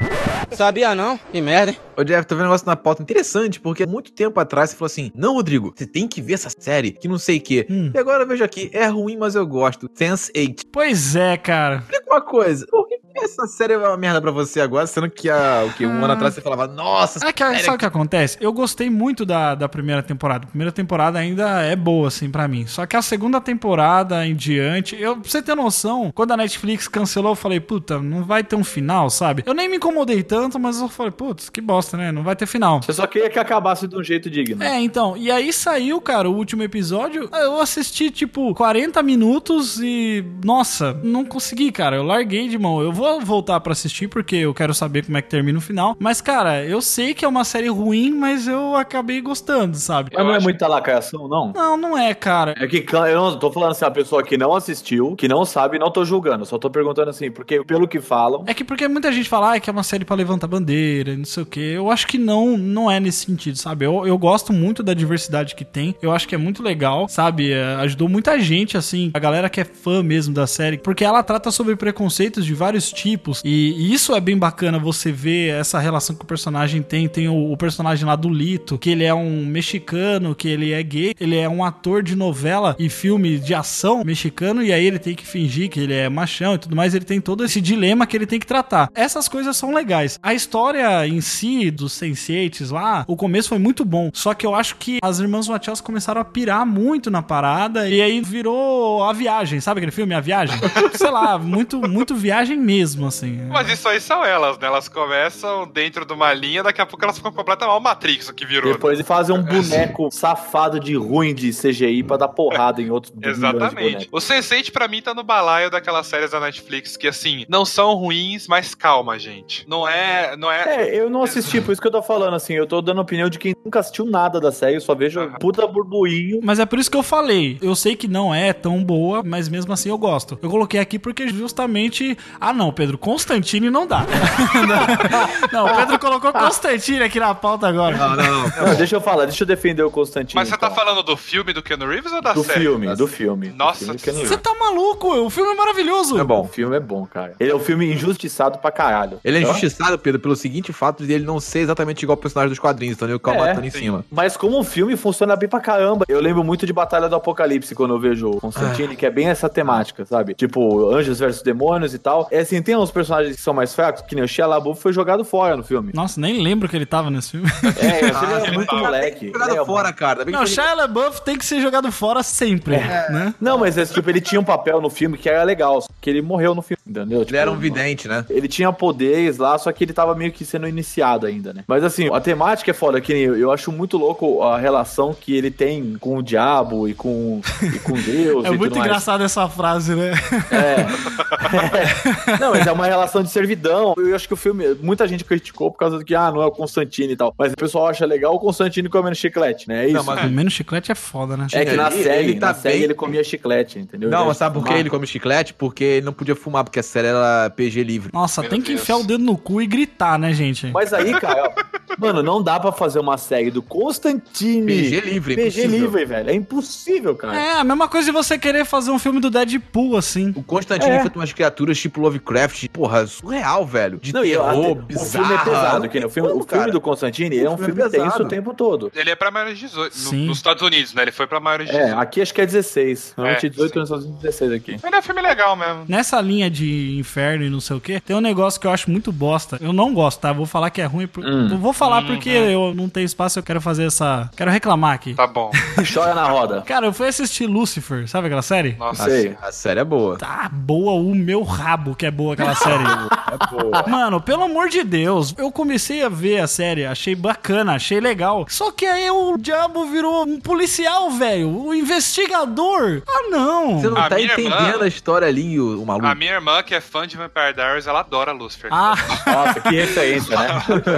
Sabia não? Que merda, hein?
Ô, Jeff, tô vendo um negócio na pauta interessante, porque há muito tempo atrás você falou assim: Não, Rodrigo, você tem que ver essa série, que não sei o quê.
Hum.
E agora eu vejo aqui: É ruim, mas eu gosto. Sense 8.
Pois é, cara.
Explica uma coisa: Por que essa série é uma merda pra você agora, sendo que há o quê? Um
Ah.
ano atrás você falava: Nossa,
É que, sabe o que acontece? Eu gostei muito da, da primeira temporada. A primeira temporada ainda é boa, assim, pra mim. Só que a segunda temporada em diante, eu, pra você ter noção, quando a Netflix cancelou, eu falei, puta, não vai ter um final, sabe? Eu nem me incomodei tanto, mas eu falei, putz, que bosta, né? Não vai ter final.
Eu só queria que acabasse de um jeito digno.
É, então, e aí saiu, cara, o último episódio. ah, Eu assisti, tipo, 40 minutos e. Nossa, não consegui, cara. Eu larguei de mão. Eu vou voltar pra assistir porque eu quero saber como é que termina o final. Mas, cara, eu sei que é uma série ruim, mas eu acabei gostando, sabe?
Mas não é
acho-
muita lacração, não?
Não, não é, cara.
É que claro, eu não tô falando assim, a pessoa que não assistiu, que não sabe, não tô julgando. Só tô perguntando assim, porque pelo que falam...
É que porque muita gente fala ah, que é uma série pra levantar bandeira, não sei o quê. Eu acho que não, não é nesse sentido, sabe? Eu, eu gosto muito da diversidade que tem. Eu acho que é muito legal, sabe? É, ajudou muita gente, assim, a galera que é fã mesmo da série, porque ela trata sobre preconceitos de vários tipos. E, e isso é bem bacana você ver essa relação que o personagem tem. Tem o, o personagem lá do Lito, que ele é um mexicano, que ele é gay, ele é um ator de novela e filme de ação mexicano, e aí ele tem que fingir que ele é machão e tudo mais, ele tem todo esse dilema que ele tem que tratar. Essas coisas são legais. A história em si dos Senseites lá, o começo foi muito bom, só que eu acho que as irmãs Wachowski começaram a pirar muito na parada, e aí virou A Viagem, sabe aquele filme A Viagem? Sei lá, muito, muito viagem mesmo, assim.
Mas isso aí são elas, né? Elas começam dentro de uma linha, daqui a pouco elas ficam completamente. Ó, o Matrix o que virou. né?
Depois eles fazem um boneco safado de ruim de CGI pra dar porrada em outros bilhões de
Exatamente.
bonecos.
O Sense8 pra mim tá no balaio daquelas séries da Netflix que assim, não são ruins, mas calma, gente. Não é, não é,
É, eu não assisti, por isso que eu tô falando assim, eu tô dando opinião de quem nunca assistiu nada da série, eu só vejo
Aham.
puta burburinho
Mas é por isso que eu falei. Eu sei que não é tão boa, mas mesmo assim eu gosto. Eu coloquei aqui porque justamente. Ah, não, Pedro, Constantine não dá. <laughs> não, o Pedro colocou Constantine aqui na pauta agora.
Não, não, não.
Não, deixa eu falar, deixa eu defender o Constantino.
Mas você tá
então.
falando do filme do Keanu Reeves ou da
do
série?
filme, do filme. do
Nossa,
filme que eu não
Você
lembro.
tá maluco? O filme é maravilhoso.
É
O
bom.
filme é bom, cara. Ele é um filme injustiçado pra caralho.
Ele é
Então,
injustiçado, Pedro, pelo seguinte fato de ele não ser exatamente igual ao personagem dos quadrinhos, então ele fica
É.
matando em
sim.
cima.
Mas como um filme funciona bem pra caramba. Eu lembro muito de Batalha do
Ah.
Apocalipse quando eu vejo o Constantine, que é bem essa temática, sabe? Tipo, anjos versus demônios e tal. É assim, tem uns personagens que são mais fracos, que nem o Shia LaBeouf foi jogado fora
<laughs>
no filme.
Nossa, nem lembro que ele tava nesse filme.
É, mas ele
Ah,
era
ele
muito
tá-
moleque.
Jogado
Ele é-
fora, cara. Tá bem
Não,
que
Shia LaBeouf tem que ser jogado fora sempre, né?
Não, mas esse tipo, ele tinha um papel no filme que era legal, só que ele morreu no filme, entendeu?
ele
Tipo,
era um vidente, né?
Ele tinha poderes lá, só que ele tava meio que sendo iniciado ainda, né? Mas assim, a temática é foda, que nem eu, eu acho muito louco a relação que ele tem com o diabo e com,
<laughs>
e com Deus.
É
e
muito
tudo mais.
engraçada essa frase, né?
É. Não, mas é uma relação de servidão. Eu acho que o filme, muita gente criticou por causa do que, ah, não é o Constantine e tal. Mas o pessoal acha legal o Constantine comendo chiclete, né? É isso.
Não, mas-
Comendo chiclete é foda, né?
É que na
Ele-
série,
ele tá
na série
bem-
ele comia chiclete, entendeu?
Não,
Ele Ah.
mas sabe por que
fumava.
ele come chiclete? Porque ele não podia fumar, porque a série era PG livre.
Nossa,
Meu
tem que
Deus.
enfiar o dedo no cu e gritar, né, gente?
Mas aí, cara, ó, mano, não dá pra fazer uma série do Constantine.
PG livre, é
PG
impossível.
livre, velho. É impossível, cara.
É, a mesma coisa de você querer fazer um filme do Deadpool, assim.
O Constantine
É.
enfrenta umas criaturas tipo Lovecraft, porra, surreal, velho. De
e eu-
terror,
o
bizarro.
filme é pesado, que nem o filme, o
Como,
filme
cara?
do Constantine é um
filme
filme,
é pesado.
tenso o tempo todo.
Ele é pra maiores de 18. no-
Sim.
nos Estados Unidos, né? Ele foi pra maiores de
É,
18.
aqui acho que é 16. Normalmente
É,
18
sim.
anos, 16 aqui.
Ele é filme legal mesmo.
Nessa linha de inferno e não sei o que, tem um negócio que eu acho muito bosta. Eu não gosto, tá? Vou falar que é ruim. por-
Hum.
Eu Vou falar porque eu não tenho espaço, eu quero fazer essa. Quero reclamar aqui.
Tá bom.
Chora na roda.
Cara, eu fui assistir Lucifer, sabe aquela série?
Nossa.
A,
Sei.
a série é boa.
Tá boa o meu rabo, que é boa aquela série.
<laughs> É boa.
Mano, pelo amor de Deus, eu comecei a ver a série, achei bacana, achei legal. Só que aí o diabo virou um policial, velho, o investigador. Ah, não.
Você não
A
tá
minha
entendendo
irmã-
a história ali, o, o maluco.
A minha irmã, que é fã de Vampire Diaries, ela adora Lucifer.
Ah,
<laughs>
Nossa, que referência, né?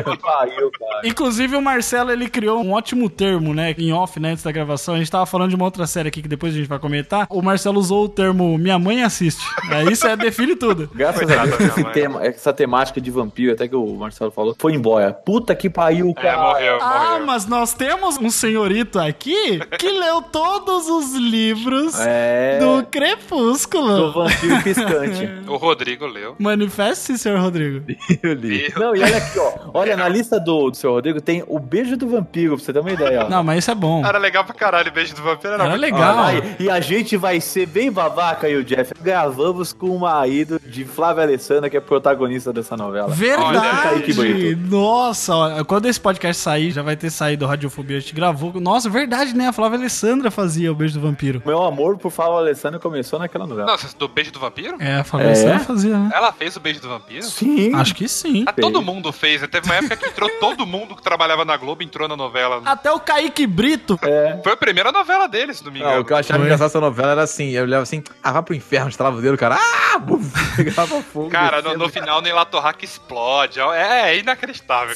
que pariu, cara.
inclusive o Marcelo, ele criou um ótimo termo, né, em off, né, antes da gravação. A gente tava falando de uma outra série aqui que depois a gente vai comentar. O Marcelo usou o termo minha mãe assiste. É isso, é define
<laughs>
tudo.
Graças a
Coitado da
Deus,
minha
esse
mãe.
tema, essa temática de vampiro, até que o Marcelo falou, foi embora. Puta que pariu,
É,
cara.
morreu,
Ah,
morreu.
mas nós temos um senhorito aqui que leu todos os livros
É.
do Crepúsculo.
do vampiro piscante.
O Rodrigo leu.
Manifeste-se, senhor Rodrigo.
Eu li.
Meu-
Não, e olha
<laughs>
aqui, ó. Olha, na lista do, do seu Rodrigo tem o beijo do vampiro, pra você ter uma ideia, ó.
Não, mas isso é bom.
Era legal pra caralho, beijo do vampiro. Era,
Era
muito-
legal.
Ai, e a gente vai ser bem babaca e o Jeff. Gravamos com o marido de Flávia Alessandra, que é protagonista dessa novela. Olha aí
Verdade!
que bonito.
Nossa, ó, quando esse podcast sair, já vai ter saído o Radiofobia, a gente gravou. Nossa, verdade, né? A Flávia Alessandra fazia o Beijo do Vampiro.
Meu amor por Flávia Alessandra começou naquela novela.
Nossa, do beijo do vampiro?
É, a Flávia
É?
Alessandra fazia, né?
Ela fez o beijo do vampiro?
Sim.
Acho que sim.
Ah, todo mundo fez. né? Teve uma época que entrou todo mundo que trabalhava na Globo, entrou na novela.
Até o Kaique Brito.
É.
Foi a primeira novela dele, se não me
Não,
Ah,
engano.
o que eu achava
Foi.
engraçado dessa novela era assim, eu olhava assim, ah, vai pro inferno, estalava o dedo, cara, ah, <laughs> buf, pegava
um
fogo.
Cara, no,
descendo.
no final nem lá Torraca explode. É, é inacreditável. cara.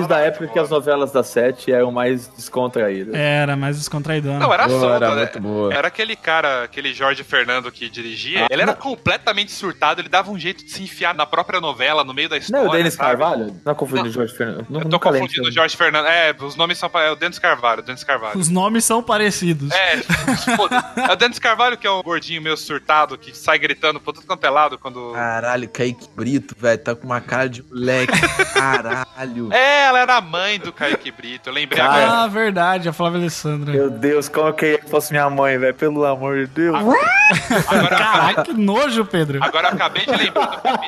Essa novela
da
era
época
muito
que as
boa.
novelas da sete eram mais descontraídas.
Era, mais descontraidona.
é.
Não, era
Boa,
solta,
era
né?
muito boa.
Era aquele cara, aquele Jorge Fernando que
Ah,
dirigia. ele era completamente surtado, ele dava um jeito de se enfiar na própria novela, no meio da
Não
história.
é o Denis
sabe?
Carvalho? Não é confundido o Jorge Fernando. Não,
Eu tô confundindo o Jorge Fernando. É, os nomes são. pa- É o Denis Carvalho, Denis Carvalho.
Os nomes são parecidos.
É, foda. é o Denis Carvalho que é um gordinho meio surtado que sai gritando pra todo quanto é lado quando.
Caralho, Kaique Brito, velho, tá com uma cara de
<laughs>
moleque, caralho.
É, ela era a mãe do Kaique Brito, eu lembrei
Cara,
agora.
Ah, verdade, a Flávia Alessandra.
Meu Deus, como é. eu queria que fosse minha mãe, velho. Pelo amor de Deus. é.
Agora, eu acabei-
Caraca, que nojo, Pedro.
agora eu acabei de lembrar do capítulo.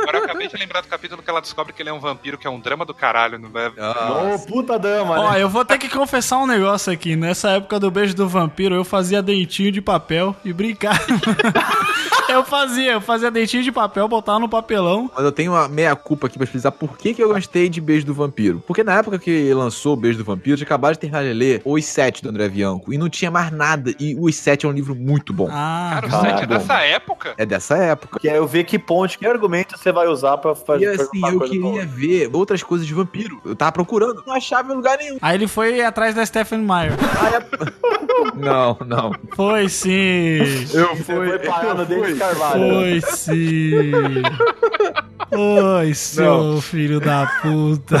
Agora eu acabei de lembrar do capítulo que ela descobre que ele é um vampiro, que é um drama do caralho. Não é?
Ô, puta dama,
Ó,
né?
eu vou ter que confessar um negócio aqui. Nessa época do beijo do vampiro, eu fazia dentinho de papel e brincava. <laughs> eu fazia, eu fazia dentinho de papel, botava no papelão.
Mas eu tenho uma meia-culpa aqui pra explicar por que, que eu gostei de Beijo do Vampiro. Porque na época que lançou o Beijo do Vampiro, tinha acabado de terminar de ler Os Sete do André Bianco. E não tinha mais nada. E Os Sete é um livro muito bom.
Ah,
Cara, o
Caralho.
site é dessa época?
É dessa época.
Que é eu ver que ponte, que argumento você vai usar pra fazer.
E assim, eu queria ver outras coisas de vampiro. Eu tava procurando, não achava em lugar nenhum.
aí ele foi atrás da Stephanie Meyer.
<laughs> Não, não.
Foi sim.
Eu fui. Você foi parar no Denis Carvalho.
Foi sim. Oi, seu filho da puta.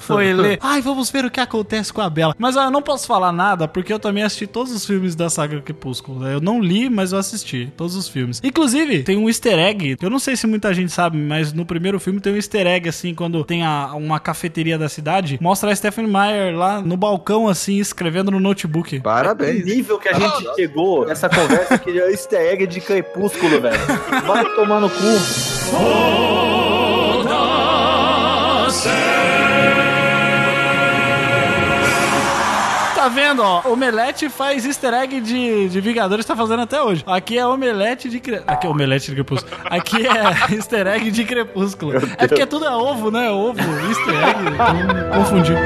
Foi ler. Ai, vamos ver o que acontece com a Bela. Mas ó, eu não posso falar nada, porque eu também assisti todos os filmes da saga Crepúsculo. né? Eu não li, mas eu assisti todos os filmes. Inclusive, tem um easter egg. Eu não sei se muita gente sabe, mas no primeiro filme tem um easter egg, assim, quando tem a- uma cafeteria da cidade. Mostra a Stephanie Meyer lá no balcão, assim, escrevendo no notebook.
Que
Parabéns.
nível que a gente chegou nessa conversa que é easter egg de crepúsculo, velho. Vai tomar no cu.
Tá vendo, ó? Omelete faz easter egg de, de Vingadores, tá fazendo até hoje. Aqui é omelete de cre... Aqui é omelete de crepúsculo. Aqui é <laughs> easter egg de crepúsculo. É porque tudo é ovo, né? Ovo, easter egg. Então, Confundiu.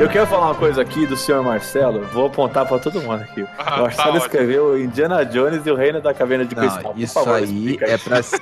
Eu quero falar uma coisa aqui do senhor Marcelo. Vou apontar pra todo mundo aqui.
Ah,
o Marcelo
tá
escreveu Indiana Jones e o Reino da Caverna de Cristal.
Não,
Por
isso
favor,
aí
explica
é pra se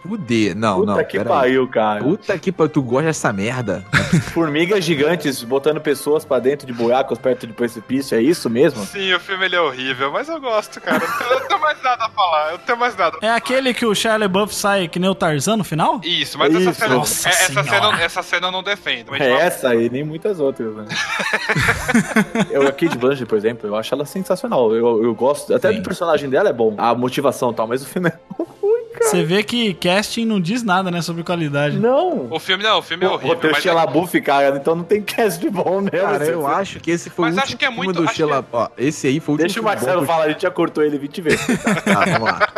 fuder. Não,
Puta
não,
que
pera aí.
pariu, né? cara.
Puta que pariu, tu gosta dessa merda?
Formigas gigantes botando pessoas pra dentro de buracos perto de precipício, é isso mesmo?
Sim, o filme ele é horrível, mas eu gosto, cara. Eu não tenho mais nada a falar, eu não tenho mais nada.
É aquele que o Shia LaBeouf sai que nem o Tarzan no final?
Isso, mas
Isso.
essa cena,
Nossa
é- essa,
Senhora.
cena, essa cena eu não defendo. Mas
É essa aí, nem muitas outras, né? <laughs> eu, a Kate Blanchett, por exemplo, eu acho ela sensacional. Eu, eu gosto, até
Sim.
do personagem dela é bom, a motivação e tal, mas o
<laughs>
filme é ruim, cara.
Você vê que casting não diz nada, né, sobre qualidade.
Não!
O filme não, o filme é
o
horrível.
roteiro
Mas,
Shia LaBeouf, cara, então não tem cast de bom né? mesmo.
Cara,
esse
eu
filme.
acho que esse foi
Mas
o
acho que é
último
muito-
do
acho que
Sheila. Ó, esse aí foi o
Deixa
último
o Marcelo
bom
falar, a gente já cortou ele 20 vezes.
que- Tá, vamos lá.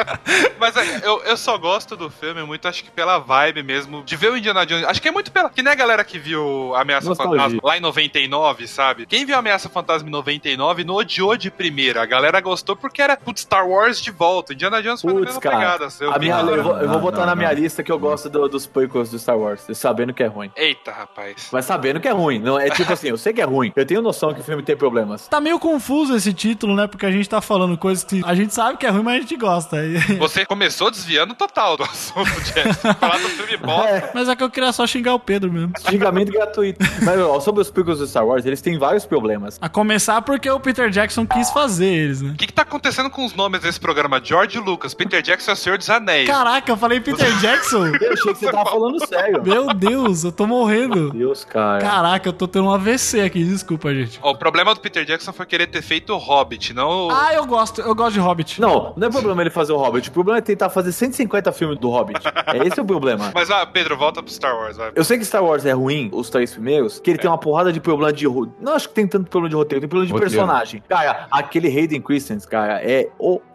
mas é, eu, eu só gosto do filme muito, acho que pela vibe mesmo, de ver o Indiana Jones. Acho que é muito pela. Que nem a galera que viu Ameaça
Nostalgia.
Fantasma lá em 99, sabe? Quem viu Ameaça Fantasma em 99 não odiou de primeira. A galera gostou porque era putz, Star Wars de volta. Indiana Jones foi a
Putz,
mesma
cara.
pegada. assim, eu
A
vi
minha-
na hora.
eu vou, eu vou
Não,
botar
não,
na minha
não.
lista que eu gosto do- dos prequels do Star Wars, sabendo que é ruim.
Eita, rapaz.
Mas sabendo que é ruim, não é tipo assim, eu sei que é ruim, eu tenho noção que o filme tem problemas.
Tá meio confuso esse título, né? Porque a gente tá falando coisas que a gente sabe que é ruim, mas a gente gosta. <laughs>
Você começou desviando total do <laughs> assunto, Jeff. Falar do filme bosta.
Mas é que eu queria só xingar o Pedro mesmo.
Xingamento gratuito. Mas ó, sobre os prequels do Star Wars, eles têm vários problemas.
A começar porque o Peter Jackson quis fazer eles, né?
O que, que tá acontecendo com os nomes desse programa? George Lucas, Peter Jackson é o Senhor dos Anéis.
Caraca, eu falei Peter Jackson?
Eu achei que você tava falando sério. Meu
Meu Deus, eu tô morrendo.
Deus, cara.
Caraca, eu tô tendo um AVC aqui, desculpa, gente.
Ó, o problema do Peter Jackson foi querer ter feito o Hobbit, não o-
Ah, eu gosto, eu gosto de Hobbit.
Não, não é problema ele fazer o Hobbit. O problema é tentar fazer 150 filmes do Hobbit. É esse o problema.
Mas, ah, Pedro, volta pro Star Wars, vai.
Eu sei que Star Wars é ruim, os três primeiros, que ele tem uma porrada de problema de. ro- Não acho que tem tanto problema de roteiro, tem problema de
Roteiro.
personagem. Cara, aquele Hayden Christensen, cara, é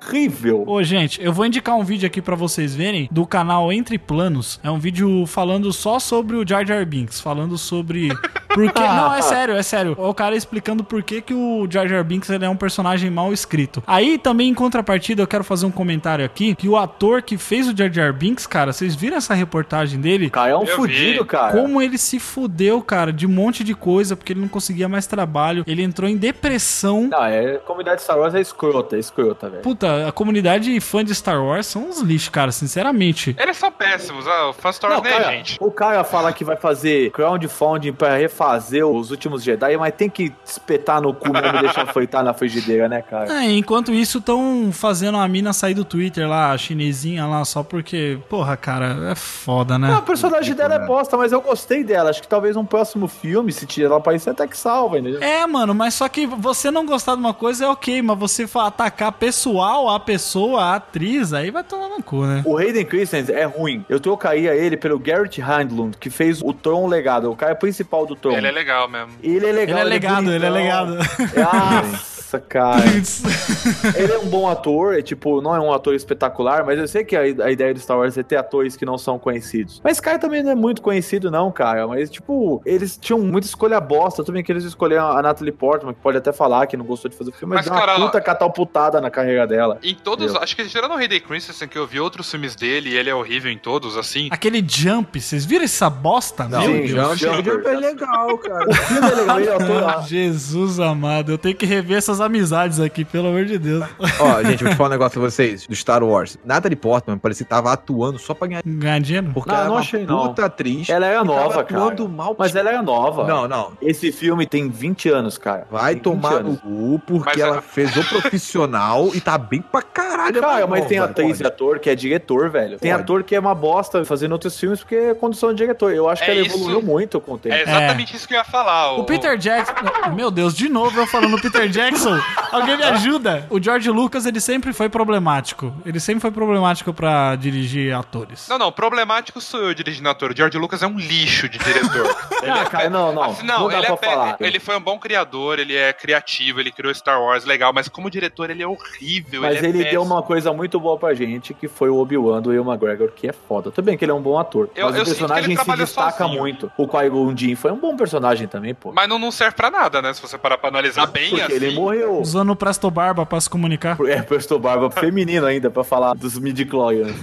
horrível.
Ô, gente, eu vou indicar um vídeo aqui pra vocês verem do canal Entre Planos. É um vídeo falando só sobre o Jar Jar Binks, falando sobre por que não é sério, é sério. É o cara explicando por que, que o Jar Jar Binks ele é um personagem mal escrito. Aí também em contrapartida eu quero fazer um comentário aqui que o ator que fez o Jar Jar Binks, cara, vocês viram essa reportagem dele?
Cara, é um
vi.
fudido, cara.
Como ele se fudeu, cara, de um monte de coisa, porque ele não conseguia mais trabalho. Ele entrou em depressão.
Não, é, a comunidade Star Wars é escrota, é escrota, velho.
Puta, a comunidade fã de Star Wars são uns lixos, cara, sinceramente.
Eles são péssimos, ah, o Fan Star
Não,
Wars nem é
cara,
gente.
o cara fala que vai fazer crowdfunding pra refazer os últimos Jedi, mas tem que espetar no cu mesmo
<laughs>
e deixar fritar na frigideira, né, cara?
É, enquanto isso, estão fazendo a mina sair do Twitter lá, a chinesinha lá, só porque, porra, cara, é foda, né?
Não, a personagem dela é bosta, mas eu gostei dela. Acho que talvez um próximo filme, se tirar ela pra isso, até que salva, entendeu?
É, mano, mas só que você não gostar de uma coisa é ok, mas você fa- atacar pessoal, a pessoa, a atriz, aí vai tomar no cu, né?
O Hayden Christensen é ruim. Eu trocaria ele pelo Garrett Handlund, que fez o Tron Legado, o cara principal do Tron.
Ele é legal mesmo.
Ele é legal,
Ele é legado, ele é legado.
bonitão.
<laughs>
Nossa, cara. Ele é um bom ator, é tipo, não é um ator espetacular, mas eu sei que a, a ideia do Star Wars é ter atores que não são conhecidos. Mas esse cara também não é muito conhecido, não, cara. Mas, tipo, eles tinham muita escolha bosta. Tudo bem que eles escolheram a Natalie Portman, que pode até falar que não gostou de fazer o filme,
Mas,
mas, deu uma
cara,
puta catapultada na carreira
<laughs>
dela.
Em todos,
Entendeu?
acho que tirando o Hayden Christensen, que eu vi outros filmes dele, e ele é horrível em todos, assim.
Aquele jump, vocês viram essa bosta?
Não,
Sim,
o Jump,
Jumper.
o Jump é legal, cara.
O filme é legal, ele é ator.
Jesus amado, eu tenho que rever essas amizades aqui, pelo amor de Deus.
Ó, gente, vou te falar um negócio pra vocês do Star Wars. Natalie Portman parecia que tava atuando só pra ganhar.
Ganhar dinheiro?
Porque
Não,
ela
não
é uma
achei, não.
puta atriz.
Ela era
e tava
nova,
atuando
cara.
mal. tipo-
Mas ela era nova.
Não, não.
Esse filme tem 20 anos, cara.
Vai
Tem 20
tomar no
anos.
cu, porque
Mas
ela
a-
fez o profissional e tá bem pra caralho. é
Cara, mas
nova,
tem atriz e
pode.
ator que é diretor, velho. Tem
Pode.
ator que é uma bosta fazendo outros filmes porque é condição de diretor. Eu acho
É
que ela
isso.
evoluiu
é.
muito com o tempo.
É exatamente isso que eu ia falar.
O Peter Jackson. Meu Deus, de novo eu falando Peter Jackson. Russell, alguém me ajuda. O George Lucas, ele sempre foi problemático. Ele sempre foi problemático pra dirigir atores.
Não, não, problemático sou eu dirigindo ator. O George Lucas é um lixo de diretor.
<laughs>
Ele
Ah,
é
cara, não, não.
Assim, não,
não dá
ele, é
pra
pé-
falar.
ele foi um bom criador, ele é criativo, ele criou Star Wars, legal, mas como diretor ele é horrível.
Mas
é
ele deu
péssimo.
uma coisa muito boa pra gente, que foi o Obi-Wan do Ian McGregor, que é foda. Tudo bem que ele é um bom ator,
Eu-
mas
eu
o
sinto que ele
personagem se
trabalha
destaca
sozinho.
muito. O Qui-Gon Jinn foi um bom personagem também, pô.
Mas não, não serve pra nada, né? Se você parar pra analisar bem
Porque
assim. né?
ele morreu.
Usando o Presto Barba pra se comunicar.
É, prestou barba feminino ainda pra falar dos midi-chlorians.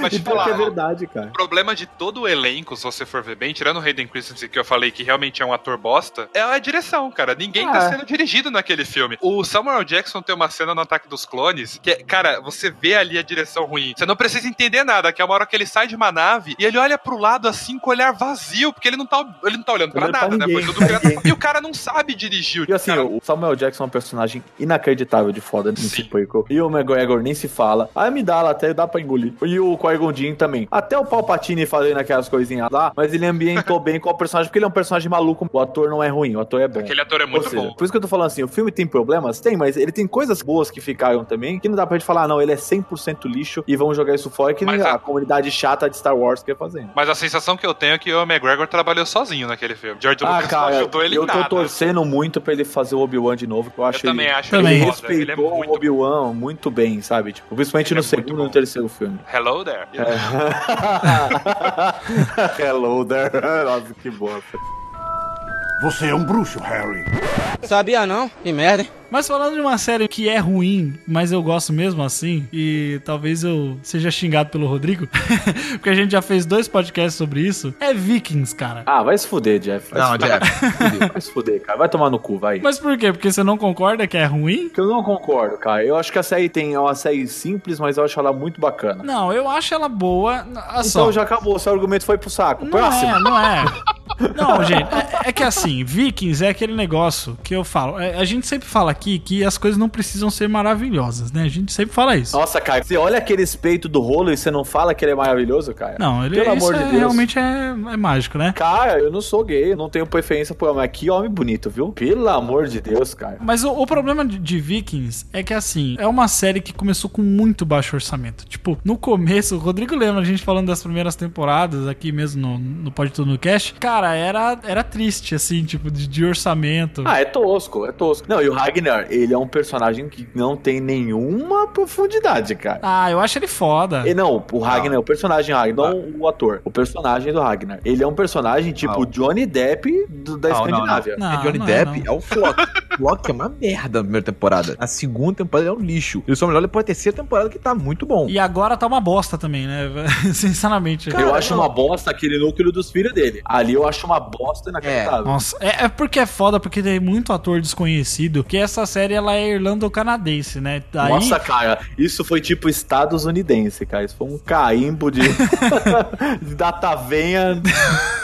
Mas
E
tipo,
pior que é
lá,
verdade, cara.
o problema de todo o elenco, se você for ver bem, tirando o Hayden Christensen, que eu falei que realmente é um ator bosta, é a direção, cara. Ninguém tá
Ah.
sendo dirigido naquele filme. O Samuel Jackson tem uma cena no Ataque dos Clones que, é, cara, você vê ali a direção ruim. Você não precisa entender nada, que é uma hora que ele sai de uma nave e ele olha pro lado assim com o olhar vazio, porque ele não tá, ele não tá olhando pra
Olhando pra
nada, né? Foi
<laughs> ninguém,
tudo
pra
criado- E o cara não sabe dirigir.
E assim,
cara,
o Samuel Jackson é um personagem inacreditável de foda nesse
Sim.
prequel. E o McGregor nem se fala. A Amidala até dá pra engolir. E o Qui-Gon Jinn também. Até o Palpatine fazendo aquelas coisinhas lá, mas ele ambientou bem com o personagem, porque ele é um personagem maluco. O ator não é ruim, o ator é bom.
aquele ator é muito
Ou seja,
bom.
Por isso que eu tô falando assim, o filme tem problemas? Tem, mas ele tem coisas boas que ficaram também, que não dá pra gente falar, ah, não, ele é 100% lixo e vamos jogar isso fora, que nem
Mas
a,
a-
comunidade chata de Star Wars é quer fazer.
Mas a sensação que eu tenho é que o McGregor trabalhou sozinho naquele filme. George
Ah,
Lucas não
cara,
ajudou ele em
eu tô
nada. assim.
torcendo muito pra ele fazer o Obi-Wan de novo, que eu
Eu
acho
também
ele...
acho
Também.
Ele
ele foda. Ele é
respeitou o
muito
Obi-Wan muito bem, sabe? Tipo, principalmente
Ele
no
é muito
segundo e
bom.
no terceiro filme.
Hello there.
É. Hello there. Nossa, que bosta.
Você é um bruxo, Harry.
Sabia não? Que merda, hein?
Mas falando de uma série que é ruim, mas eu gosto mesmo assim, e talvez eu seja xingado pelo Rodrigo, <laughs> porque a gente já fez dois podcasts sobre isso, é Vikings, cara.
Ah, vai se fuder, Jeff. Vai
Não,
se fuder.
Jeff. fudeu.
Vai se fuder, cara. Vai tomar no cu, vai.
Mas por quê? Porque você não concorda que é ruim?
Que eu não concordo, cara. Eu acho que a série tem é uma série simples, mas eu acho ela muito bacana.
Não, eu acho ela boa. Olha só.
Então já acabou, seu argumento foi pro saco.
Não
Próximo.
é, não é.
<laughs>
Não, gente, é, é que assim, Vikings é aquele negócio que eu falo. é, a gente sempre fala aqui que as coisas não precisam ser maravilhosas, né? A gente sempre fala isso.
Nossa, cara, você olha aquele peito do rolo e você não fala que ele é maravilhoso, cara?
Não, ele
Pelo
isso
amor de
é-
Deus.
realmente é, é mágico, né?
Cara, eu não sou gay, não tenho preferência por homem. Mas Que homem bonito, viu? Pelo amor de Deus, cara.
Mas o, o problema de, de Vikings é que, assim, é uma série que começou com muito baixo orçamento. Tipo, no começo, o Rodrigo lembra a gente falando das primeiras temporadas aqui mesmo no, no Pode Tudo no Cash. Cara, era, era triste, assim, tipo, de, de orçamento.
Ah, é tosco, é tosco. Não, e o Ragnar, ele é um personagem que não tem nenhuma profundidade, cara.
Ah, eu acho ele foda.
E não, o Ragnar, é o personagem Ragnar, não o ator, o personagem do Ragnar. Ele é um personagem tipo
Não.
Johnny Depp do- da
Não, não,
Escandinávia.
Não,
é Johnny
não é,
Depp
não.
é, o Flock. O Flock é uma merda na primeira temporada. A segunda temporada é um lixo. Ele só melhora depois da terceira temporada, que tá muito bom.
E agora tá uma bosta também, né? <laughs> Sinceramente.
eu acho uma bosta aquele núcleo dos filhos dele. Ali eu acho uma bosta inacreditável.
Nossa, é, é porque é foda, porque tem muito ator desconhecido, que essa série ela é irlando-canadense, né? Daí,
Nossa, cara, isso foi tipo estadunidense, cara. Isso foi um caimbo <laughs> de, de data venha.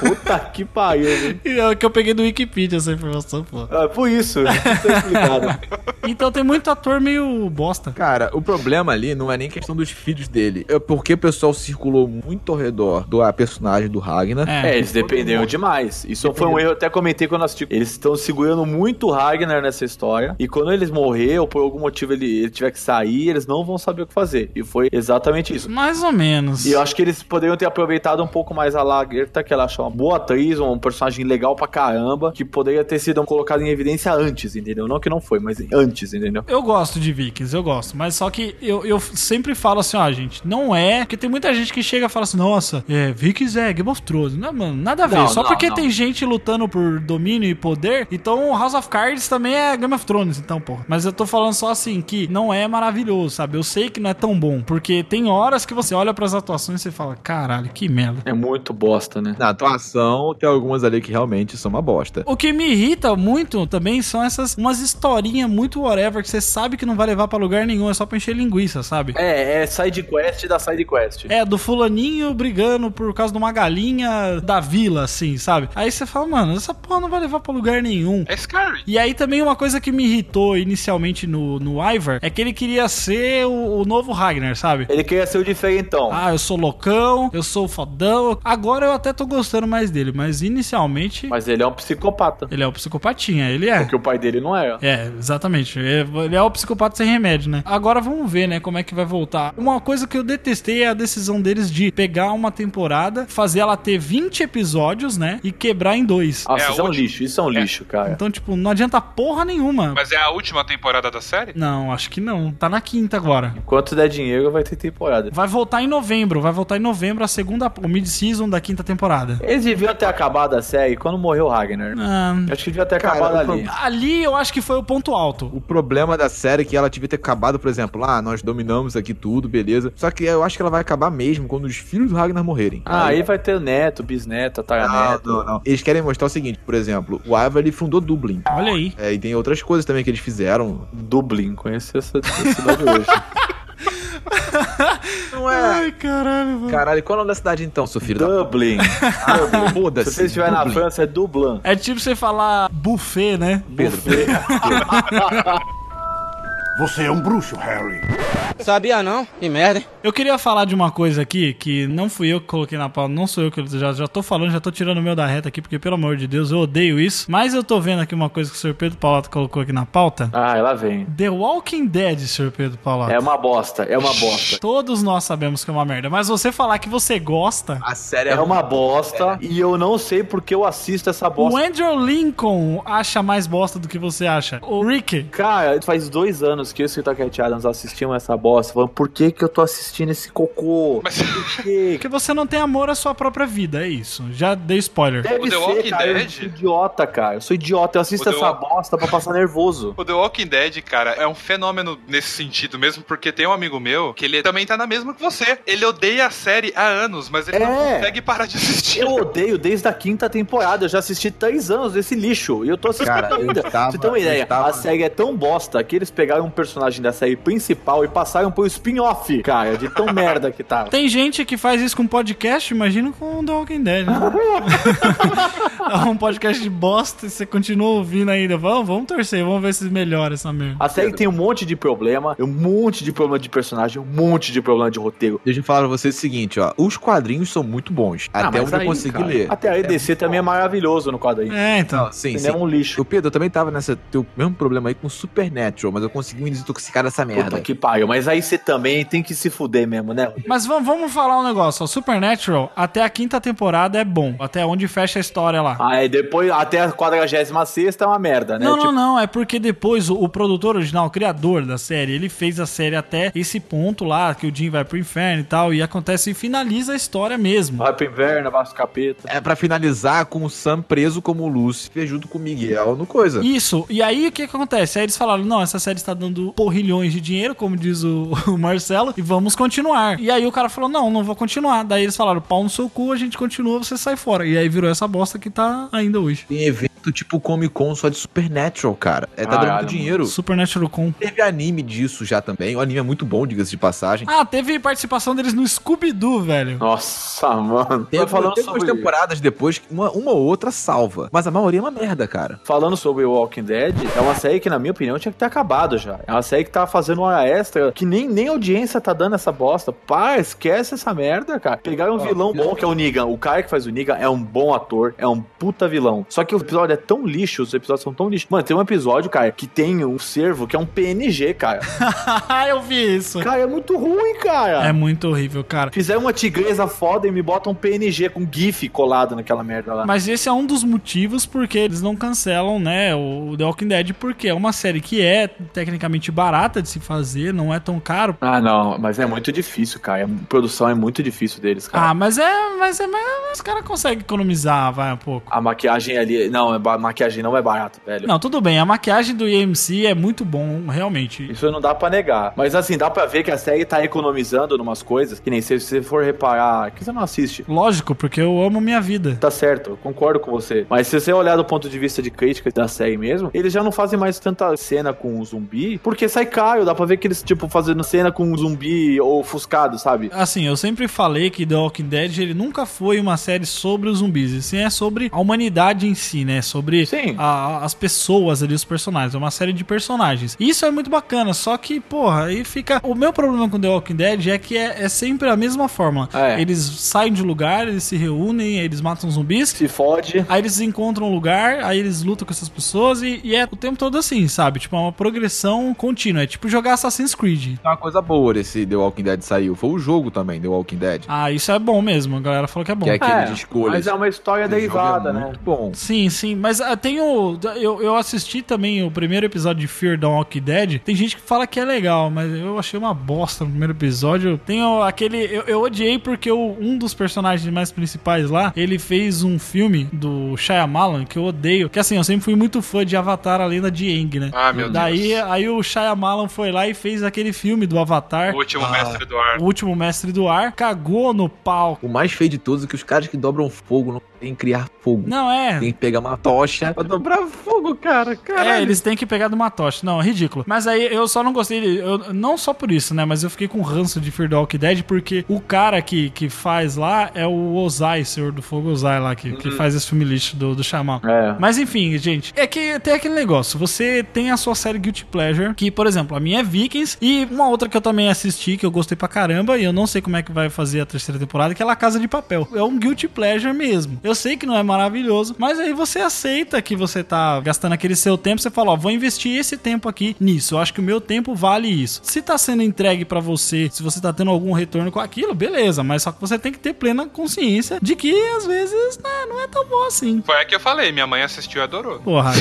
Puta que pariu, viu?
<laughs> é o que eu peguei do Wikipedia essa informação, pô.
Ah, Por isso, não tô explicado.
Então tem muito ator meio bosta.
Cara, o problema ali não é nem questão dos filhos dele. É porque o pessoal circulou muito ao redor do a personagem do Ragnar.
É, eles dependeram demais. Isso foi um erro, eu até comentei quando assisti. Eles estão segurando muito o Ragnar nessa história. E quando eles morrer, ou por algum motivo ele, ele tiver que sair, eles não vão saber o que fazer. E foi exatamente isso.
Mais ou menos.
E eu acho que eles poderiam ter aproveitado um pouco mais a Lagerta, que ela achou uma boa atriz, um personagem legal pra caramba, que poderia ter sido colocado em evidência antes, entendeu? Não que não foi, mas antes, entendeu?
Eu gosto de Vikings, eu gosto. Mas só que eu, eu sempre falo assim, ó, gente, não é. Porque tem muita gente que chega e fala assim, nossa, é, Vikings é Game of Thrones. Não, mano, nada a ver.
Não,
só
não,
porque
não.
tem gente lutando por domínio e poder, então House of Cards também é Game of Thrones, então, porra. Mas eu tô falando só assim, que não é maravilhoso, sabe? Eu sei que não é tão bom. Porque tem horas que você olha pras atuações e você fala, caralho, que merda.
É muito bosta, né?
Na atuação, tem algumas ali que realmente são uma bosta.
O que me irrita muito também são essas umas historinhas muito whatever que você sabe que não vai levar pra lugar nenhum, é só pra encher linguiça, sabe?
É, é side quest da side quest.
É, do fulaninho brigando por causa de uma galinha da vila, assim, sabe? Aí você fala, mano, essa porra não vai levar pra lugar nenhum.
É Skyrim.
E aí também uma coisa que me irritou inicialmente no, no Ivar é que ele queria ser o, o novo Ragnar, sabe?
Ele queria ser o diferentão.
Ah, eu sou loucão, eu sou fodão. Agora eu até tô gostando mais dele, mas inicialmente
Mas ele é um psicopata.
ele é o psicopatinha, ele é.
Porque o pai dele, não é?
É, exatamente. É, Ele é o psicopata sem remédio, né? Agora vamos ver, né, como é que vai voltar. Uma coisa que eu detestei é a decisão deles de pegar uma temporada, fazer ela ter 20 episódios, né, e quebrar em dois.
Nossa,
É,
isso é um
hoje-
lixo, isso é um lixo, cara.
Então, tipo, não adianta porra nenhuma.
Mas é a última temporada da série?
Não, acho que não. Tá na quinta agora.
Enquanto der dinheiro, vai ter temporada.
Vai voltar em novembro. Vai voltar em novembro a segunda, o mid-season da quinta temporada.
Eles deviam ter acabado a série quando morreu o Ragnar. né?
Ah,
Acho que devia ter
Cara,
acabado
o
ali.
problema-
ali eu acho que foi o ponto alto.
O problema da série é que ela devia ter acabado, por exemplo, ah, nós dominamos aqui tudo, beleza. Só que eu acho que ela vai acabar mesmo quando os filhos do Ragnar morrerem.
Ah, aí vai ter neto, bisneto,
Não,
taraneto.
não, não. Eles querem mostrar o seguinte, por exemplo, o Ivar ele fundou Dublin.
Olha aí.
É, e tem outras coisas também que eles fizeram.
Dublin, conheci essa essa cidade hoje.
Não é.
Ai, caralho, mano.
Caralho, qual é o nome da cidade então, seu filho da
<laughs> Dublin.
puta? Foda-se.
<laughs> Se você estiver na
Ah, Dublin.
França, é Dublin.
É tipo você falar buffet, né?
Pedro.
Você é um bruxo, Harry.
Sabia não? Que merda, hein?
Eu queria falar de uma coisa aqui que não fui eu que coloquei na pauta, não sou eu que já, já tô falando, já tô tirando o meu da reta aqui, porque pelo amor de Deus, eu odeio isso. Mas eu tô vendo aqui uma coisa que o Sr. Pedro Paulato colocou aqui na pauta.
Ah, ela vem.
The Walking Dead, Sr. Pedro Paulato.
É uma bosta, é uma bosta.
Todos nós sabemos que é uma merda, mas você falar que você gosta.
A série
É uma bosta e eu não sei porque eu assisto essa
O
bosta.
Andrew Lincoln acha mais bosta do que você acha. O Rick.
Cara, faz dois anos que eu e o Taquete Adams assistimos essa bosta, falando, por que que eu tô assistindo esse cocô?
Mas <laughs>
Por quê?
Porque você não tem amor à sua própria vida, é isso. Já dei spoiler.
Deve
O The
ser,
Walking
cara, eu
Dead?
sou idiota, cara. Eu sou idiota, eu assisto
O The
essa
Walk-
bosta pra passar nervoso.
o The Walking Dead, cara, é um fenômeno nesse sentido mesmo, porque tem um amigo meu que ele também tá na mesma que você. Ele odeia a série há anos, mas ele não
É.
consegue parar de assistir.
Eu odeio desde a quinta temporada. Eu já assisti três anos desse lixo. E eu tô assistindo
Cara, eu
ainda.
tava-
Pra você tem uma
eu
ideia,
tava-
a série é tão bosta que eles pegaram um personagem da série principal e passaram pro spin-off, cara, de tão merda que tá.
Tem gente que faz isso com podcast, imagina com The Walking Dead, né? <laughs> é um podcast de bosta e você continua ouvindo ainda. Vamos, vamos torcer, vamos ver se melhora essa merda.
A série tem um monte de problema, um monte de problema de personagem, um monte de problema de roteiro.
Deixa eu falar pra vocês o seguinte, ó. Os quadrinhos são muito bons.
Ah,
até
mas
onde eu
aí,
consegui
cara,
ler.
Até a EDC também é maravilhoso no quadrinho.
É, então.
Não, sim,
Ele
sim.
é um lixo.
O Pedro, eu também tava nesse teu mesmo problema aí com Supernatural, mas eu consegui me desintoxicar dessa merda.
Puta que pariu. Mas aí você também tem que se fuder mesmo, né?
Mas vamos, vamos falar um negócio, ó. Supernatural, até a quinta temporada é bom. Até onde fecha a história lá.
Aí depois, até a 46 é uma merda, Ah, né?
Não,
Tipo,
não, não. É porque depois o, o produtor original, o criador da série, ele fez a série até esse ponto lá, que o Jim vai pro inferno e tal, e acontece e finaliza a história mesmo.
Vai pro inverno, abaixa o capeta.
É pra finalizar com o Sam preso como o Lúcifer junto com o Miguel no coisa.
Isso, e aí o que, que acontece? Aí eles falaram: não, essa série está dando porrilhões de dinheiro, como diz o, <laughs> o Marcelo, e vamos continuar. E aí o cara falou: não, não vou continuar. Daí eles falaram: pau no seu cu, a gente continua, você sai fora. E aí virou essa bosta que tá ainda hoje.
Tem evento tipo Comic Con só de Supernatural, cara. É, tá dando
Caralho,
muito dinheiro.
Supernatural Com. um.
Teve anime disso já também. O anime é muito bom, diga-se de passagem.
Ah, teve participação deles no Scooby-Doo, velho. <laughs>
Nossa, mano.
Tem,
Mas falando,
tem
sobre,
umas temporadas depois, que uma, uma ou outra salva. Mas a maioria é uma merda, cara.
falando sobre Walking Dead, é uma série que, na minha opinião, tinha que ter acabado já. É uma série que tá fazendo hora extra, que nem, nem audiência tá dando essa bosta. Pá, esquece essa merda, cara. Pegaram um vilão bom, que é o Negan. O cara que faz o Negan é um bom ator, é um puta vilão. Só que o episódio é tão lixo, os episódios são tão lixo. Mano, tem um episódio, cara, que tem um servo que é um PNG, cara.
Ah, eu vi isso.
cara, é muito ruim, cara.
É muito horrível, cara.
Fizeram uma tigresa foda e me botam um PNG com GIF colado naquela merda lá.
Mas esse é um dos motivos porque eles não cancelam, né, o The Walking Dead, porque é uma série que é tecnicamente barata de se fazer, não é tão caro.
Ah, não, mas é muito difícil, cara. A produção é muito difícil deles, cara.
Ah, mas é, mas é, mas os caras conseguem economizar, vai um pouco.
A maquiagem ali. Não, é ba- maquiagem não é barata, velho.
Não, tudo bem, a maquiagem do IMC é muito bom, realmente.
Isso não dá pra negar. Mas assim, dá pra ver que a série tá economizando em umas coisas. Que nem se você for reparar. Que você não assiste.
Lógico, porque eu amo minha vida.
Tá certo, eu concordo com você. Mas se você olhar do ponto de vista de crítica da série mesmo, eles já não fazem mais tanta cena com o zumbi, porque sai caro. Dá pra ver que eles, tipo, fazendo cena com um zumbi ofuscado, sabe?
Assim, eu sempre falei que The Walking Dead ele nunca foi uma série sobre os zumbis, e sim é sobre a humanidade em si, né? sobre
Sim.
a- as pessoas ali, os personagens. É uma série de personagens. E Isso é muito bacana, só que, porra, aí fica. O meu problema com The Walking Dead é que é, é sempre a mesma forma.
É.
Eles saem de lugar, eles se reúnem, eles matam zumbis.
Se fode.
Aí eles encontram um lugar, aí eles lutam com essas pessoas e, e é o tempo todo assim, sabe? Tipo, é uma progressão contínua. É tipo jogar Assassin's Creed.
É Uma coisa boa desse The Walking Dead saiu. Foi o jogo também, The Walking Dead.
Ah, isso é bom mesmo. A galera falou que é bom.
Que é aquele
É,
de escolhas.
Mas é uma história
Esse jogo é
derivada, né?
Muito bom.
Sim, sim, mas ah, tem o. Eu, eu assisti também o primeiro episódio de Fear Dawn Walking Dead. Tem gente que fala que é legal, mas eu achei uma bosta no primeiro episódio. Tem o- aquele. Eu, eu odiei porque o- um dos personagens mais principais lá, ele fez um filme do Shyamalan que eu odeio. Que assim, eu sempre fui muito fã de Avatar, a lenda de Aang, né?
Ah, meu
Daí
Deus.
aí o Shyamalan foi lá e fez aquele filme do Avatar,
O último
Ah.
mestre do ar.
o último mestre do ar, cagou no pau.
O mais feio de todos é que os caras que dobram fogo não tem que criar fogo.
Não é,
Tem que pegar uma tocha pra dobrar fogo, cara. Caralho.
É, eles têm que pegar de uma tocha. Não, é ridículo. Mas aí eu só não gostei. de- Eu, não só por isso, né? Mas eu fiquei com ranço de Fear the Walking Dead porque o cara que, que faz lá é o Ozai, Senhor do Fogo Ozai lá, que,
Uhum.
que faz esse filme lixo do, do Xamã.
É.
Mas enfim, gente, é que tem aquele negócio. Você tem a sua série Guilty Pleasure, que, por exemplo, a minha é Vikings, e uma outra que eu também assisti, que eu gostei pra caramba, e eu não sei como é que vai fazer a terceira temporada, que é La Casa de Papel. É um Guilty Pleasure mesmo. Eu sei que não é maravilhoso, mas aí você aceita que você tá gastando aquele seu tempo, você fala, ó, vou investir esse tempo aqui nisso. Eu acho que o meu tempo vale isso. Se tá sendo entregue pra você, se você tá tendo algum retorno com aquilo, beleza, mas só que você tem que ter plena consciência de que às vezes né, não é tão bom assim.
Foi a que eu falei, minha mãe assistiu e adorou.
Porra.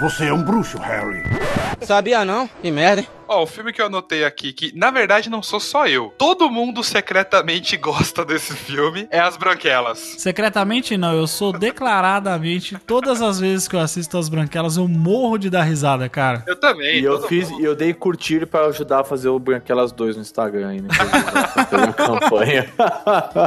Você é um bruxo, Harry.
Sabia não? Que merda, hein?
Ó, o filme que eu anotei aqui, que na verdade não sou só eu. Todo mundo secretamente <laughs> gosta desse filme, é As Branquelas.
Secretamente não, eu sou declaradamente. Todas as vezes que eu assisto as branquelas, eu morro de dar risada, cara.
Eu também.
E eu
todo
fiz, e eu dei curtir pra ajudar a fazer o Branquelas 2 no Instagram né? ainda. <laughs> Teve uma campanha.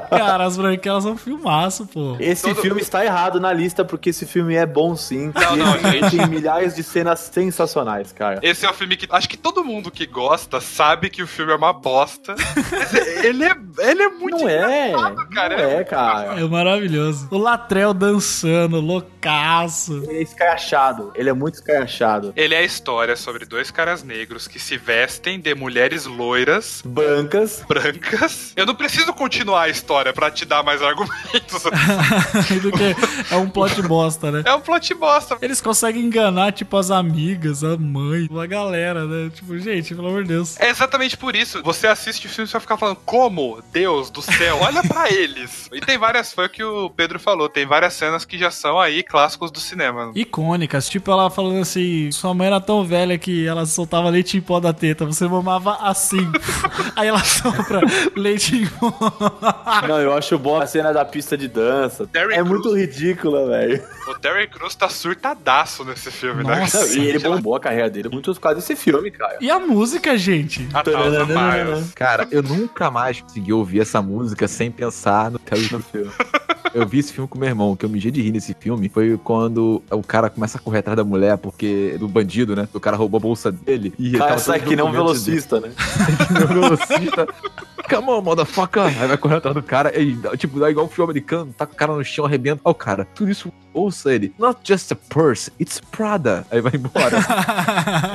Cara, as branquelas são um filmaço, pô.
<laughs> Esse
Todo-
filme está errado na lista porque esse filme é bom sim.
Não,
E
não,
esse filme
gente.
Tem <laughs> milhares de cenas sensacionais, cara.
Esse é o filme que acho que todo mundo que gosta sabe que o filme é uma bosta. Mas ele é, ele é muito
Não é,
engraçado, cara.
não é, cara.
É maravilhoso. O Latrel dançando, loucaço. <laughs>
Ele é escrachado. Ele é muito escrachado.
Ele é a história sobre dois caras negros que se vestem de mulheres loiras <laughs>
Brancas.
brancas. Eu não preciso continuar a história pra te dar mais argumentos.
Do que é um plot bosta, né?
é um plot bosta.
Eles conseguem enganar, tipo, as amigas, a mãe, a galera, né? Tipo, gente, pelo amor de Deus.
É exatamente por isso. Você assiste o filme e você vai ficar falando, como? Deus do céu, olha pra eles. E tem várias, foi o que o Pedro falou, tem várias cenas que já são aí clássicos do cinema.
Icônicas, tipo ela falando assim: sua mãe era tão velha que ela soltava leite em pó da teta, você mamava assim. <laughs> Aí ela sopra leite em pó.
Ah.
Não, eu acho bom a cena da pista de dança.
Terry
é
Crews.
muito ridícula, velho.
O Terry Crews tá surtadaço nesse filme, né?
Nossa.
E ele bombou a carreira dele muito por causa desse filme, cara.
E a música,
<laughs>
gente?
A Thousand Miles.
Cara, eu nunca mais consegui ouvir essa música sem pensar no Terry
<laughs> No filme.
Eu vi esse filme com meu irmão, que eu me de rir nesse filme. Foi quando o cara começa a correr atrás da mulher, porque. do bandido, né? O cara roubou a bolsa dele. E ele
Cara,
tava
sai
todo
que nem um
documento dele.
velocista, né?
<laughs> Que nem um velocista. Come on, motherfucker. Aí vai correr atrás do cara. E, tipo, dá igual um filme americano, tá com o cara no chão, arrebenta. Ó, o cara, tudo isso. Ouça ele. Not just a purse, it's Prada. Aí vai
<laughs>
embora.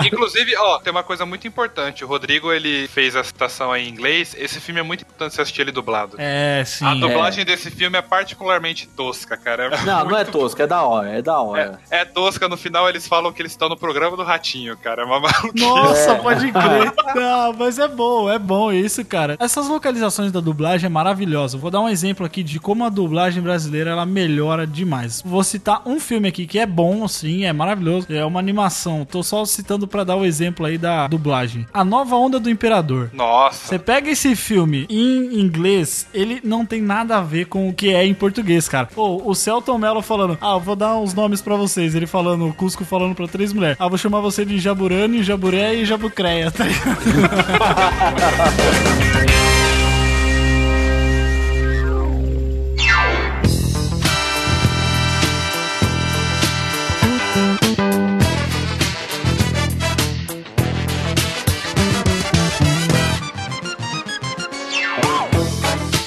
Inclusive, ó, tem uma coisa muito importante. O Rodrigo, ele fez a citação aí em inglês. Esse filme é muito importante você assistir ele dublado.
É, sim.
a dublagem desse filme é particularmente tosca, cara. É
Não,
muito-
não é tosco, é da hora, é da hora.
É, é tosca, no final eles falam que eles estão no programa do Ratinho, cara. É uma maluquice.
Nossa, pode crer. Não, mas é bom, é bom isso, cara. Essas localizações da dublagem é maravilhosa. Eu Vou dar um exemplo aqui de como a dublagem brasileira ela melhora demais. Vou citar um filme aqui que é bom, sim, é maravilhoso. É uma animação. Tô só citando pra dar o exemplo aí da dublagem. A Nova Onda do Imperador.
Nossa.
Você pega esse filme em inglês, ele não tem nada a ver com o que é em português, cara. Pô, o Celton Mello falando, ah, eu vou dar uns nomes pra vocês. Ele falando, o Cusco falando pra três mulheres. Ah, vou chamar você de Jaburani, Jaburé e Jabucreia, tá ligado?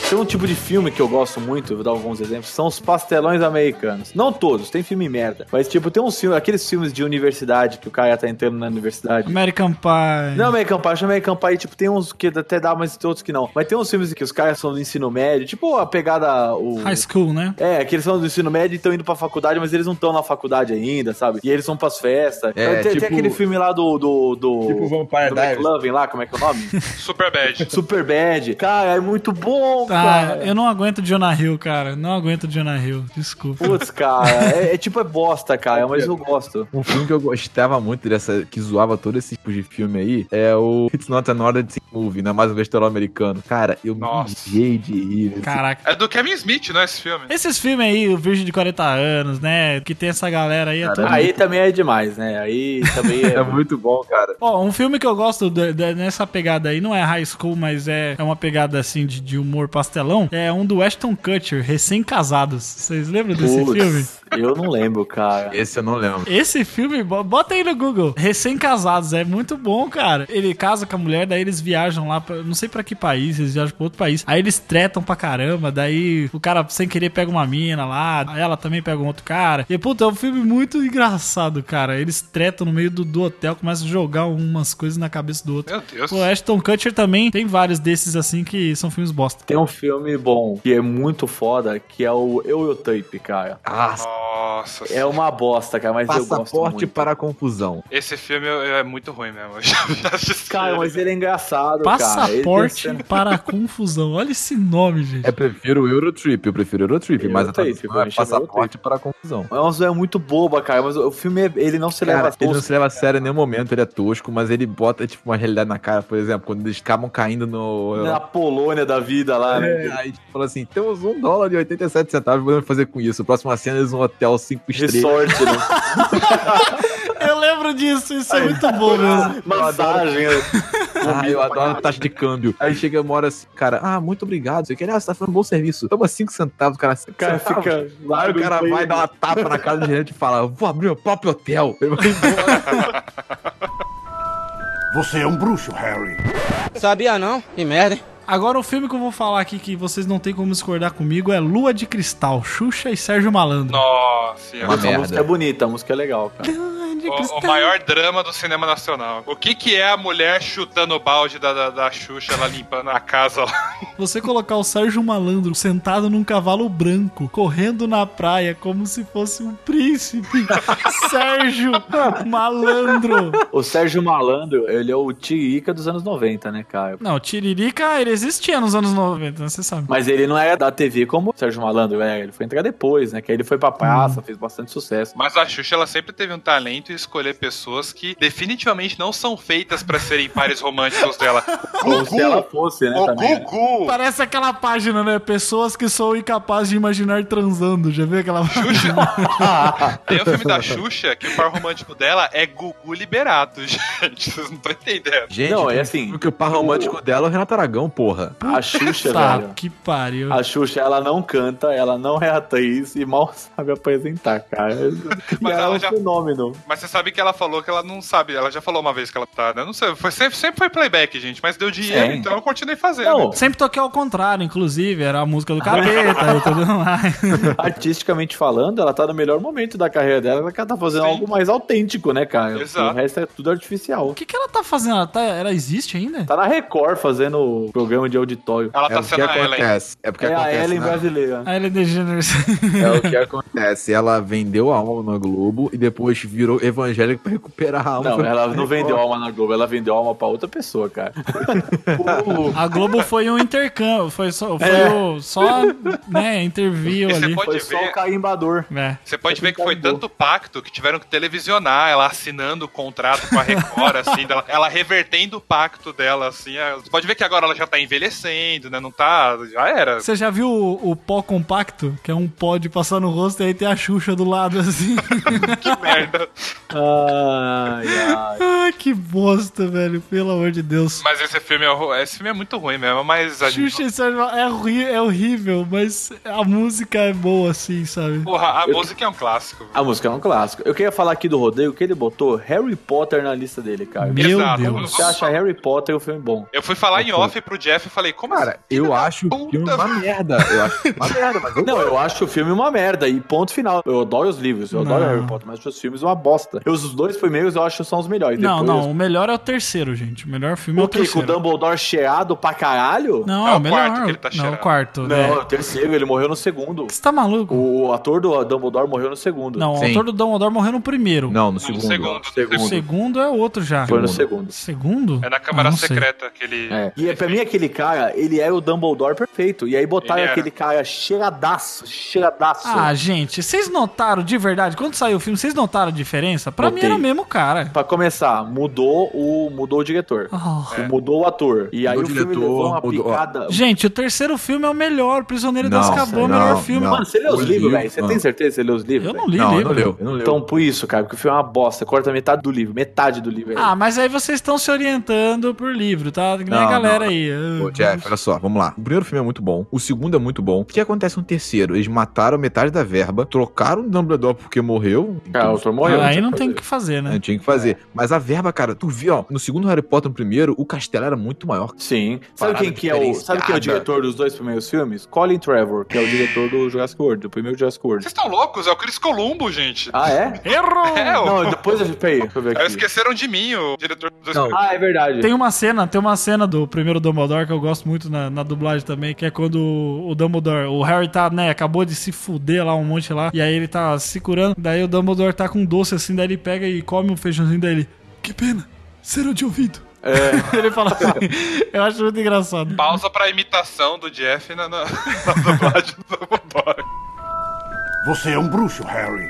Tem um um tipo de filme que eu gosto muito, eu vou dar alguns exemplos, são os pastelões americanos. Não todos, tem filme merda. Mas, tipo, tem uns filmes, aqueles filmes de universidade que o cara tá entrando na universidade.
<laughs> American Pie.
Não, American Pie, chama American Pie, tipo, tem uns que até dá, mas tem outros que não. Mas tem uns filmes que os caras são do ensino médio, tipo a pegada. O...
High School, né?
É, que eles são do ensino médio e estão indo pra faculdade, mas eles não estão na faculdade ainda, sabe? E eles vão pras festas.
É,
tem, tem
tipo-
aquele filme lá do. do, do
Tipo Vampire
do
Diaries.
McLovin lá, como é que é o nome?
Super bad.
Super Bad. Cara, é muito bom,
Ah,
cara.
eu não aguento Jonah Hill, cara. Não aguento Jonah Hill. Desculpa.
Putz, cara, é, é tipo é
<laughs>
bosta, cara, mas eu gosto.
Um filme que eu gostava muito dessa, que zoava todo esse tipo de filme aí, é o It's Not an Ordinary Movie, na mais um vestuário americano. Cara, eu
Nossa.
me mijei de rir.
Caraca.
É do Kevin Smith, né, esse filme?
Esses filmes aí, o Virgem de 40 anos, né? Que tem essa galera aí. é tudo-
Aí também é demais, né? Aí
<laughs>
também
É
é.
muito bom, cara.
Ó, um filme que eu gosto de- de- nessa pegada aí, não é high school, mas é, é uma pegada assim de, de humor pastelão, é um do Ashton Kutcher, Recém-Casados. Vocês lembram desse filme?
Putz, eu não lembro, cara.
Esse eu não lembro.
Esse filme, bo- bota aí no Google. Recém-casados, é muito bom, cara. Ele casa com a mulher, daí eles viajam lá, pra, não sei pra que país, eles viajam pra outro país. Aí eles tretam pra caramba, daí o cara sem querer pega uma mina lá, aí ela também pega um outro cara. E puta, é um filme muito engraçado, cara. Eles tretam no meio do, do hotel, começam a jogar umas coisas na cabeça do outro.
Meu Deus.
O Ashton Kutcher também tem vários desses assim que são filmes bosta.
Tem um filme bom que é muito foda, que é o Eu Eu Tape, cara.
Ah,
Nossa.
É uma bosta, cara, mas eu gosto
passaporte
muito.
para a confusão.
Esse filme é é muito ruim mesmo. <laughs> Eu já- já assisti
Cara,
ele.
mas ele é engraçado, cara. Ele tem
Passaporte <laughs>
cena-
para a confusão. Olha esse nome, gente.
Eu prefiro o Eurotrip, eu prefiro o Eurotrip, mas a
Eurotrip,
tradução é
me chama
passaporte para a confusão.
É uma zoeira muito boba, cara, mas o filme, é- ele não se leva
Cara,
a
ele não
sério.
se leva a sério em nenhum momento, ele é tosco, mas ele bota, tipo, uma realidade na cara, por exemplo, quando eles acabam caindo no...
Na Polônia da vida lá, né?
É, aí tipo, fala assim, temos um dólar e 87 centavos, podemos fazer com isso. Próxima cena, eles um hotel cinco estrelas.
Resort, né?
Eu lembro disso, isso é muito bom mesmo.
Massagem. né?
Ah, eu adoro a taxa de câmbio. Aí chega uma hora assim, cara, ah, muito obrigado. Você quer, ah, você tá fazendo um bom serviço. Toma 5 centavos, cara.
O
cinco
cara
centavos.
fica
Aí
largo
o cara
no
vai
né?
banheiro.
dar uma tapa na cara do gerente e fala: Vou abrir meu próprio
<laughs>
hotel. Ele vai embora.
Você é um bruxo, Harry.
Sabia não? Que merda, hein?
Agora o filme que eu vou falar aqui que vocês não tem como discordar comigo é Lua de Cristal, Xuxa e Sérgio Malandro.
Nossa senhora.
Uma
Essa música
merda.
é bonita, a música é legal, cara.
Lua de
O, o
Cristal.
maior drama do cinema nacional. O que que é a mulher chutando o balde da, da, da Xuxa, ela limpando a casa lá? <laughs>
Você colocar o Sérgio Malandro sentado num cavalo branco, correndo na praia como se fosse um <laughs> príncipe. Sérgio Malandro.
<laughs> O Sérgio Malandro, ele é o Tiririca dos anos 90, né, cara?
Não, Tiririca, ele existia nos anos 90, né? Você sabe.
Mas ele não era da TV como o Sérgio Malandro era, ele foi entrar depois, né? Que aí ele foi pra praça, fez bastante sucesso.
Mas a Xuxa, ela sempre teve um talento em escolher pessoas que definitivamente não são feitas pra serem pares
<laughs>
românticos dela.
Como se ela fosse, né,
O
também. né?
Gugu!
Parece aquela página, né? Pessoas que são incapazes de imaginar transando. Já viu aquela página?
<laughs>
Tem o filme da Xuxa que o par romântico dela é Gugu Liberato, <laughs> gente. Vocês não estão entendendo.
Gente,
Não, é
tem
assim,
Porque o par romântico dela é o Renato Aragão, porra.
A Xuxa,
Tá,
velho.
que pariu.
A Xuxa, ela não canta, ela não é atriz e mal <laughs> sabe apresentar,
<laughs>
cara. E
Mas
ela é
ela
um
já-
fenômeno.
Mas você sabe que ela falou que ela não sabe. Ela já falou uma vez que ela tá. né? Não sei, foi, sempre, sempre foi playback, gente, mas deu dinheiro,
Sim.
então eu continuei fazendo.
Não,
Sempre toquei ao contrário, inclusive, era a música do capeta e tudo <laughs> mais.
artisticamente falando, ela tá no melhor momento da carreira dela, ela tá fazendo
Sim.
algo mais autêntico, né, cara?
Exato.
O resto é tudo artificial.
O que, que ela tá fazendo? Ela, tá- ela existe ainda?
Tá na Record fazendo programa de auditório.
Ela tá
é o que
sendo a Ellen.
acontece. É porque
é a
acontece.
Ellen
né?
brasileira.
A Ellen DeGeneres.
É o que acontece. Ela vendeu a alma na Globo e depois virou evangélica pra recuperar a alma.
Não, ela não vendeu alma na Globo, ela vendeu alma pra outra pessoa, cara. O-
A Globo foi um intercâmbio, foi só, foi
É.
o, só né, interview
E
ali.
você pode
Foi só o
ver.
carimbador.
É.
Você pode ver que foi
Acabou.
tanto pacto que tiveram que televisionar ela assinando o contrato com a <laughs> Record, assim, dela- ela revertendo o pacto dela, assim. é, Você pode ver que agora ela já tá envelhecendo, né? Não tá. Já era.
Você já viu o, o pó compacto? Que é um pó de passar no rosto e aí tem a Xuxa do lado assim. <laughs>
Que merda.
Ai, ai.
Ah, que bosta, velho. Pelo amor de Deus.
<laughs> Mas esse filme, é, horror- esse filme é muito ruim mesmo, mas... A
Xuxa e Sérgio Malandro é, horri- é horrível, mas a música é boa assim, sabe?
Porra, a música é um clássico.
A música é um clássico. Eu queria falar aqui do Rodrigo que ele botou Harry Potter na lista dele, cara.
Meu
Exato.
Deus.
Você acha Harry Potter um filme bom?
Eu fui falar em off pro Jeff e falei, como assim?"
Cara, eu acho
puta.
que é uma merda. Eu acho
<laughs>
uma merda, mas eu
Não, eu acho o filme uma merda. E ponto final. Eu adoro os livros, eu adoro
Não.
Harry Potter, mas acho os filmes uma bosta. Eu- os dois primeiros eu acho que são os melhores.
Não,
Depois,
não, o melhor é o terceiro, gente. O melhor filme é
O
o
que? Com o
terceiro.
Dumbledore cheirado pra caralho?
Não,
É
é
o
o melhor.
quarto que ele tá
não, é
cheirando.
o quarto,
Não,
né?
é o terceiro, ele morreu no segundo.
Você tá maluco?
O ator do Dumbledore morreu no segundo.
Não, o
Sim.
autor do Dumbledore morreu no primeiro.
Não, no
No
segundo.
segundo.
segundo.
O segundo é outro já.
Foi no segundo.
Segundo?
É na Câmara
Ah, não sei.
Secreta que ele...
É. E é, pra mim aquele cara, ele é o Dumbledore perfeito. E aí botaram
Ele era.
aquele cara cheiradaço, cheiradaço.
Ah, gente, vocês notaram de verdade, quando saiu o filme, vocês notaram a diferença? Pra mim
Notei.
era o mesmo cara.
Pra começar, mudou o, mudou o diretor.
Oh.
Mudou o ator. E aí o,
Mudou o
filme
diretor,
levou uma
mudou-
picada.
Gente, o terceiro filme é o melhor, Prisioneiro
Não,
das Azkaban é o
não,
melhor filme.
não.
Mano, você lê os
Os
livros,
livros,
velho? Você
mano.
tem certeza que você lê os livros?
Eu
velho?
não li
Não, eu
livro.
não leu. Eu não leu.
Então, por isso, cara, porque o filme é uma bosta. Corta metade do livro, metade do livro. velho.
Ah, mas aí vocês estão se orientando por livro, tá? Que nem a
Não,
galera
não.
aí.
Então,
Ô, Jeff, olha só, vamos lá. O primeiro filme é muito bom, o segundo é muito bom. O que acontece no terceiro? Eles mataram metade da verba, trocaram o Dumbledore porque morreu.
Cara, É, o autor morreu.
Ah,
É.
aí não tem o que fazer, né?
Né, tinha que fazer. Mas a verba, cara, tu viu, ó, no segundo Harry Potter, no primeiro, o castelo era muito maior.
Sim. Sabe
Parada
quem que é o,
diferenciada.
sabe quem é o diretor dos dois primeiros filmes? Colin Trevor, que é o diretor do Jurassic World, do primeiro Jurassic World.
Vocês estão loucos? É o Chris Columbo, gente.
Ah, é?
né? Errou!
É, o-
<laughs> Não, é depois eu... Peraí, deixa eu ver
Aí
aqui.
esqueceram de mim, o diretor dos
Não.
Ah, é verdade.
Tem uma cena, tem uma cena do primeiro Dumbledore que eu gosto muito na, na dublagem também, que é quando o o Dumbledore, o Harry tá, né, acabou de se fuder lá um monte lá, e aí ele tá se curando, daí o Dumbledore tá com um doce assim, daí ele pega e come um feijãozinho dele. Que pena, serão de ouvido. <laughs>
<laughs>
É. ele fala assim, eu acho muito engraçado.
Pausa pra imitação do Jeff na, <laughs> na, na dublagem do Dumbledore.
Você é um bruxo, Harry.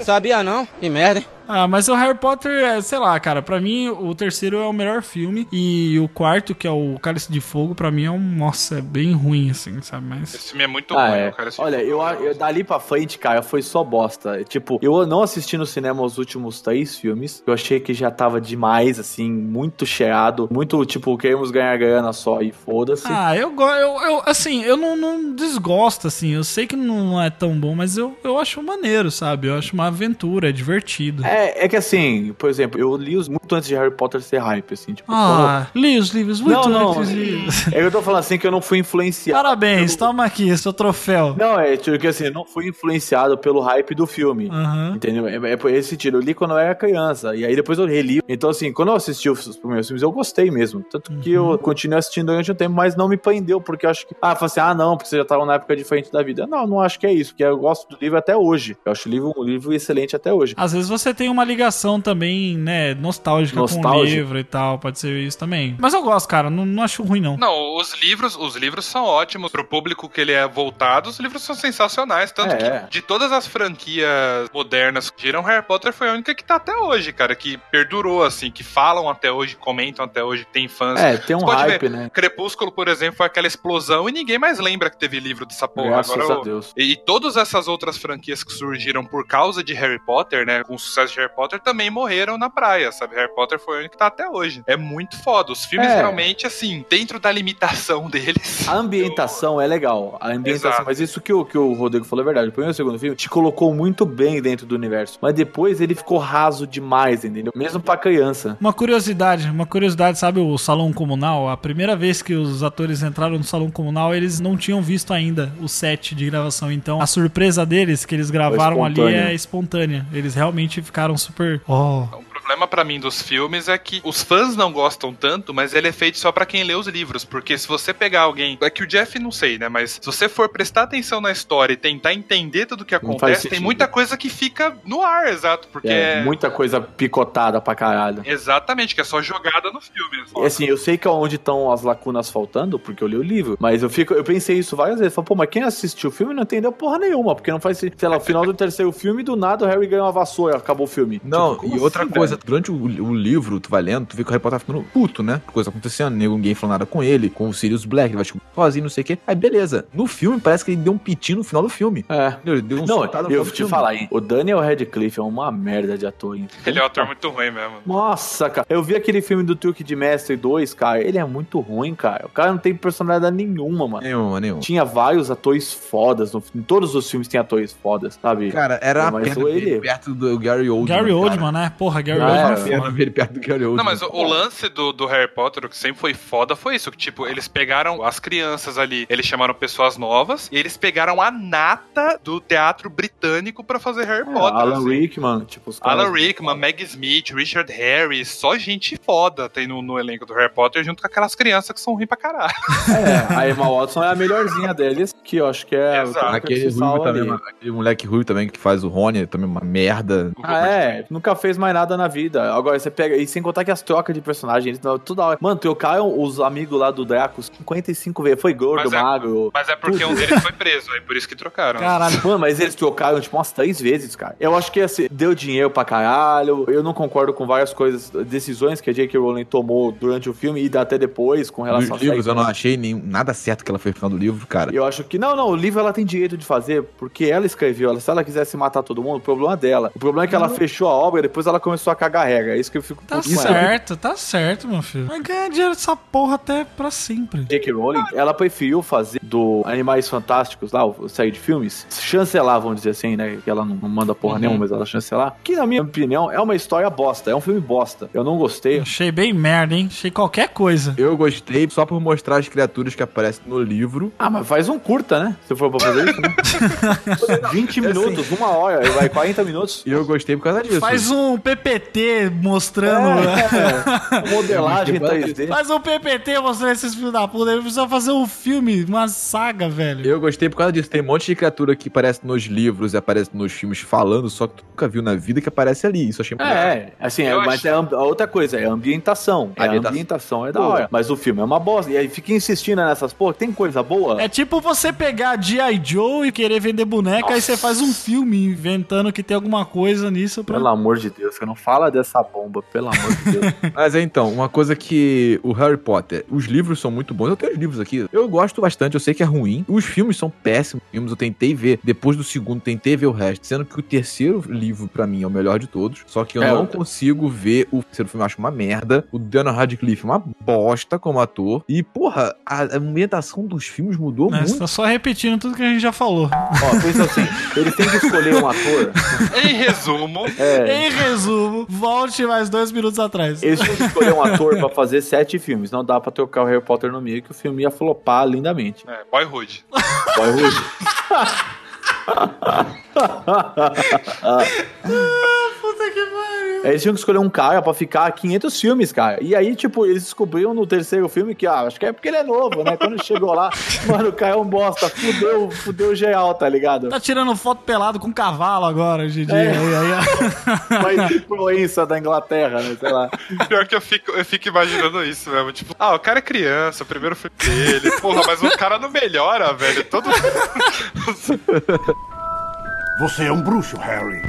Sabia não? Que merda, hein?
Ah, mas o Harry Potter, é, sei lá, cara, pra mim o terceiro é o melhor filme, e o quarto, que é o Cálice de Fogo, pra mim é um, nossa, é bem ruim assim, sabe, mas...
Esse filme é muito
Ah,
ruim,
é.
eu quero assistir.
Olha, eu, eu- dali pra frente, cara, foi só bosta. Tipo, eu não assisti no cinema os últimos três filmes. Eu achei que já tava demais, assim, muito cheirado. Muito, tipo, queremos ganhar grana só e foda-se.
Ah, eu gosto. Eu, eu- assim, eu não, não desgosto, assim. Eu sei que não é tão bom, mas eu, eu acho maneiro, sabe? Eu acho uma aventura, é divertido.
É, é que assim, por exemplo, eu li os muito antes de Harry Potter ser hype, assim, tipo,
Ah, li os livros, muito
Não,
antes
não.
livros.
quando- é que eu tô falando assim que <laughs> eu não fui influenciado.
Parabéns, toma aqui, seu troféu.
Não, é tipo que assim, eu não fui influenciado pelo hype do filme.
Aham.
Entendeu? É, é por esse sentido. Eu li quando eu era criança. E aí depois eu reli. Então, assim, quando eu assisti os primeiros filmes, eu gostei mesmo. Tanto que
Uhum.
eu continuei assistindo durante um tempo, mas não me prendeu, porque eu acho que. Ah, eu falei assim, ah, não, porque você já tava na época diferente da vida. Não, não acho que é isso, porque eu gosto do livro até hoje. Eu acho o livro um livro excelente até hoje.
Às vezes você tem uma ligação também, né, nostálgica com o
Nostálgica.
livro e tal, pode ser isso também. Mas eu gosto, cara, não, não acho ruim, não.
Não, os livros, os livros são ótimos. Pro público que ele é voltado, os livros são sensacionais. Tanto
É.
que de todas as franquias modernas que giram, Harry Potter foi a única que tá até hoje, cara. Que perdurou, assim, que falam até hoje, comentam até hoje, tem fãs.
É, tem um
Você pode
hype, né?
Crepúsculo, por exemplo, foi aquela explosão e ninguém mais lembra que teve livro dessa porra.
Graças
Agora,
a Deus.
E, e todas essas outras franquias que surgiram por causa de Harry Potter, né? Com o sucesso de Harry Potter, também morreram na praia, sabe? Harry Potter foi o único que tá até hoje. É muito foda. Os filmes
É. Ah.
realmente, assim, dentro da limitação deles.
A ambientação é legal. A ambientação,
Exato.
mas isso que o, que o Rodrigo falou é verdade. O primeiro e o segundo filme te colocou muito bem dentro do universo. Mas depois ele ficou raso demais, entendeu? Mesmo pra criança.
Uma curiosidade, uma curiosidade, sabe o Salão Comunal? A primeira vez que os atores entraram no Salão Comunal, eles não tinham visto ainda o set de gravação. Então, a surpresa deles que eles gravaram ali
espontânea.
é espontânea. Eles realmente ficaram super. Oh.
O problema pra mim dos filmes é que os fãs não gostam tanto, mas ele é feito só pra quem lê os livros, porque se você pegar alguém, é que o Jeff não sei, né, mas se você for prestar atenção na história e tentar entender tudo o que
faz
acontece, tem
sentido.
muita coisa que fica no ar, exato, porque
É,
é,
muita coisa picotada pra caralho.
exatamente, que é só jogada no filme. exato.
E assim, eu sei que é onde estão as lacunas faltando, porque eu li o livro, mas eu fico, eu pensei isso várias vezes. Falei, pô, mas quem assistiu o filme não entendeu porra nenhuma, porque não faz, sen- sei lá, o final do terceiro filme, do nada o Harry ganha uma vassoura, acabou o filme.
Não,
Tipo, como
e outra
assim,
coisa, coisa, durante o, o livro, tu vai lendo, tu vê que o Harry Potter tá ficando puto, né? Por Coisa acontecendo, nego, ninguém falou nada com ele, com o Sirius Black, ele vai descobrir sozinho, não sei o quê. Aí beleza. No filme, parece que ele deu um piti no final do filme.
É.
Ele deu um
Não,
soltado no final
eu vou
do
te
filme.
falar, hein? O Daniel Radcliffe é uma merda de ator, hein?
Ele é um ator muito ruim mesmo.
Nossa, cara. Eu vi aquele filme do Truque de Mestre 2, cara. Ele é muito ruim, cara. O cara não tem personalidade nenhuma, mano.
Nenhum, nenhum.
Tinha vários atores fodas. No, em todos os filmes tem atores fodas, sabe?
Cara, era
Não,
a
mas
perto
o
dele,
ele-
perto do Gary Oldman.
Gary
cara.
Oldman, né? Porra, Gary
Ah,
Oldman.
é.
é foda.
Era ver ele perto do Gary Oldman.
Não, mas o, o lance do, do Harry Potter, o que sempre foi foda, foi isso. Que, tipo, eles pegaram as crianças ali, eles chamaram pessoas novas, e eles pegaram a nata do teatro britânico pra fazer Harry
É,
Potter.
Alan
assim.
Rickman, tipo, os caras...
Alan Rickman, Meg Smith, Richard Harris, só gente foda tem no, no elenco do Harry Potter, junto com aquelas crianças que são ruins pra caralho.
É, a Emma Watson é a melhorzinha deles, que eu acho que é...
Exato.
o cara que
Aquele,
se
ruivo
salva
também,
ali.
mano, aquele moleque ruivo também que faz o Rony, também uma merda.
<laughs> Ah, é, nunca fez mais nada na vida. Agora você pega. E sem contar que as trocas de personagem, eles não- toda hora. Mano, trocaram os amigos lá do Draco 55 vezes. Foi gordo,
Mas é-
magro.
Mas é porque um deles foi preso, aí por isso que trocaram.
Caralho.
Mano, mas eles trocaram, tipo, umas três vezes, cara. Eu acho que, assim, deu dinheiro pra caralho. Eu não concordo com várias coisas, decisões que a J.K. Rowling tomou durante o filme e até depois com
Nos
relação a
livros eu não achei nenhum, nada certo que ela fez no final do livro, cara.
Eu acho que. Não, não, o livro ela tem direito de fazer, porque ela escreveu. Ela, se ela quisesse matar todo mundo, o problema é dela. O problema é que ela fechou a obra e depois ela começou a cagar regra. É isso que eu fico
Tá
puto com ela.
certo, tá certo, meu filho. Vai ganhar dinheiro dessa porra até pra sempre.
J.K. Rowling, ela preferiu fazer do Animais Fantásticos lá, o- a série de filmes, chancelar, vamos dizer assim, né? Que ela não não manda porra nenhuma, mas ela chancelar. Que, na minha opinião, é uma história bosta, é um filme bosta. Eu não gostei.
Achei bem merda, hein? Achei qualquer coisa.
Eu gostei só por mostrar as criaturas que aparecem no livro.
Ah, mas faz um curta, né? Se for pra fazer isso, né? 20 minutos, uma hora, vai 40 minutos.
E eu gostei por causa disso.
Faz um PPT mostrando.
É, modelagem
Eu gostei
3D.
Faz um PPT mostrando esses filhos da puta. Ele precisa fazer um filme, uma saga, velho.
Eu gostei por causa disso. Tem um monte de criatura que aparece nos livros e aparece nos filmes falando, só que tu nunca viu na vida que aparece ali. Isso eu achei legal.
É, assim, é,
Eu
mas
acho-
é amb- outra coisa, é ambientação. É
Ambientação.
ambientação, é da hora. Mas o filme é uma bosta. E aí fica insistindo nessas porra. Tem coisa boa?
É tipo você pegar G.I. Joe e querer vender boneca, aí você faz um filme inventando que tem alguma coisa nisso pra.
Pelo amor de Deus, você não fala dessa bomba, pelo amor de Deus.
Mas é então, uma coisa que o Harry Potter, os livros são muito bons. Eu tenho os livros aqui. Eu gosto bastante, eu sei que é ruim. Os filmes são péssimos. Os Filmes eu tentei ver. Depois do segundo, tentei ver o resto. Sendo que o terceiro livro, pra mim, é o melhor de todos. Só que eu
É,
não
eu-
consigo ver o terceiro filme, eu acho uma merda. O Daniel Radcliffe é uma bosta como ator. E, porra, a ambientação dos filmes mudou
Né? Você
muito.
tá só repetindo tudo que a gente já falou.
<laughs> Ó, pensa assim, ele tem que escolher um ator.
Em resumo,
É.
Em resumo, volte mais dois minutos atrás.
Eles tinham que escolher um ator pra fazer sete filmes. Não dá pra trocar o Harry Potter no meio que o filme ia flopar lindamente.
é, boyhood.
Boy Rude.
<laughs> Puta que pariu.
Eles tinham que escolher um cara pra ficar 500 filmes, cara. E aí, tipo, eles descobriram no terceiro filme que, ah, acho que é porque ele é novo, né? Quando chegou lá, mano, o cara é um bosta. Fudeu, fudeu geral, tá ligado?
Tá tirando foto pelado com cavalo agora, Gigi.
É.
Aí, aí, aí.
<laughs> Mas influência da Inglaterra, né? Sei lá.
Pior que eu fico, eu fico imaginando isso mesmo. Tipo, ah, o cara é criança, o primeiro filme dele. Porra, mas o cara não melhora, velho. Todo
Você é um bruxo, Harry.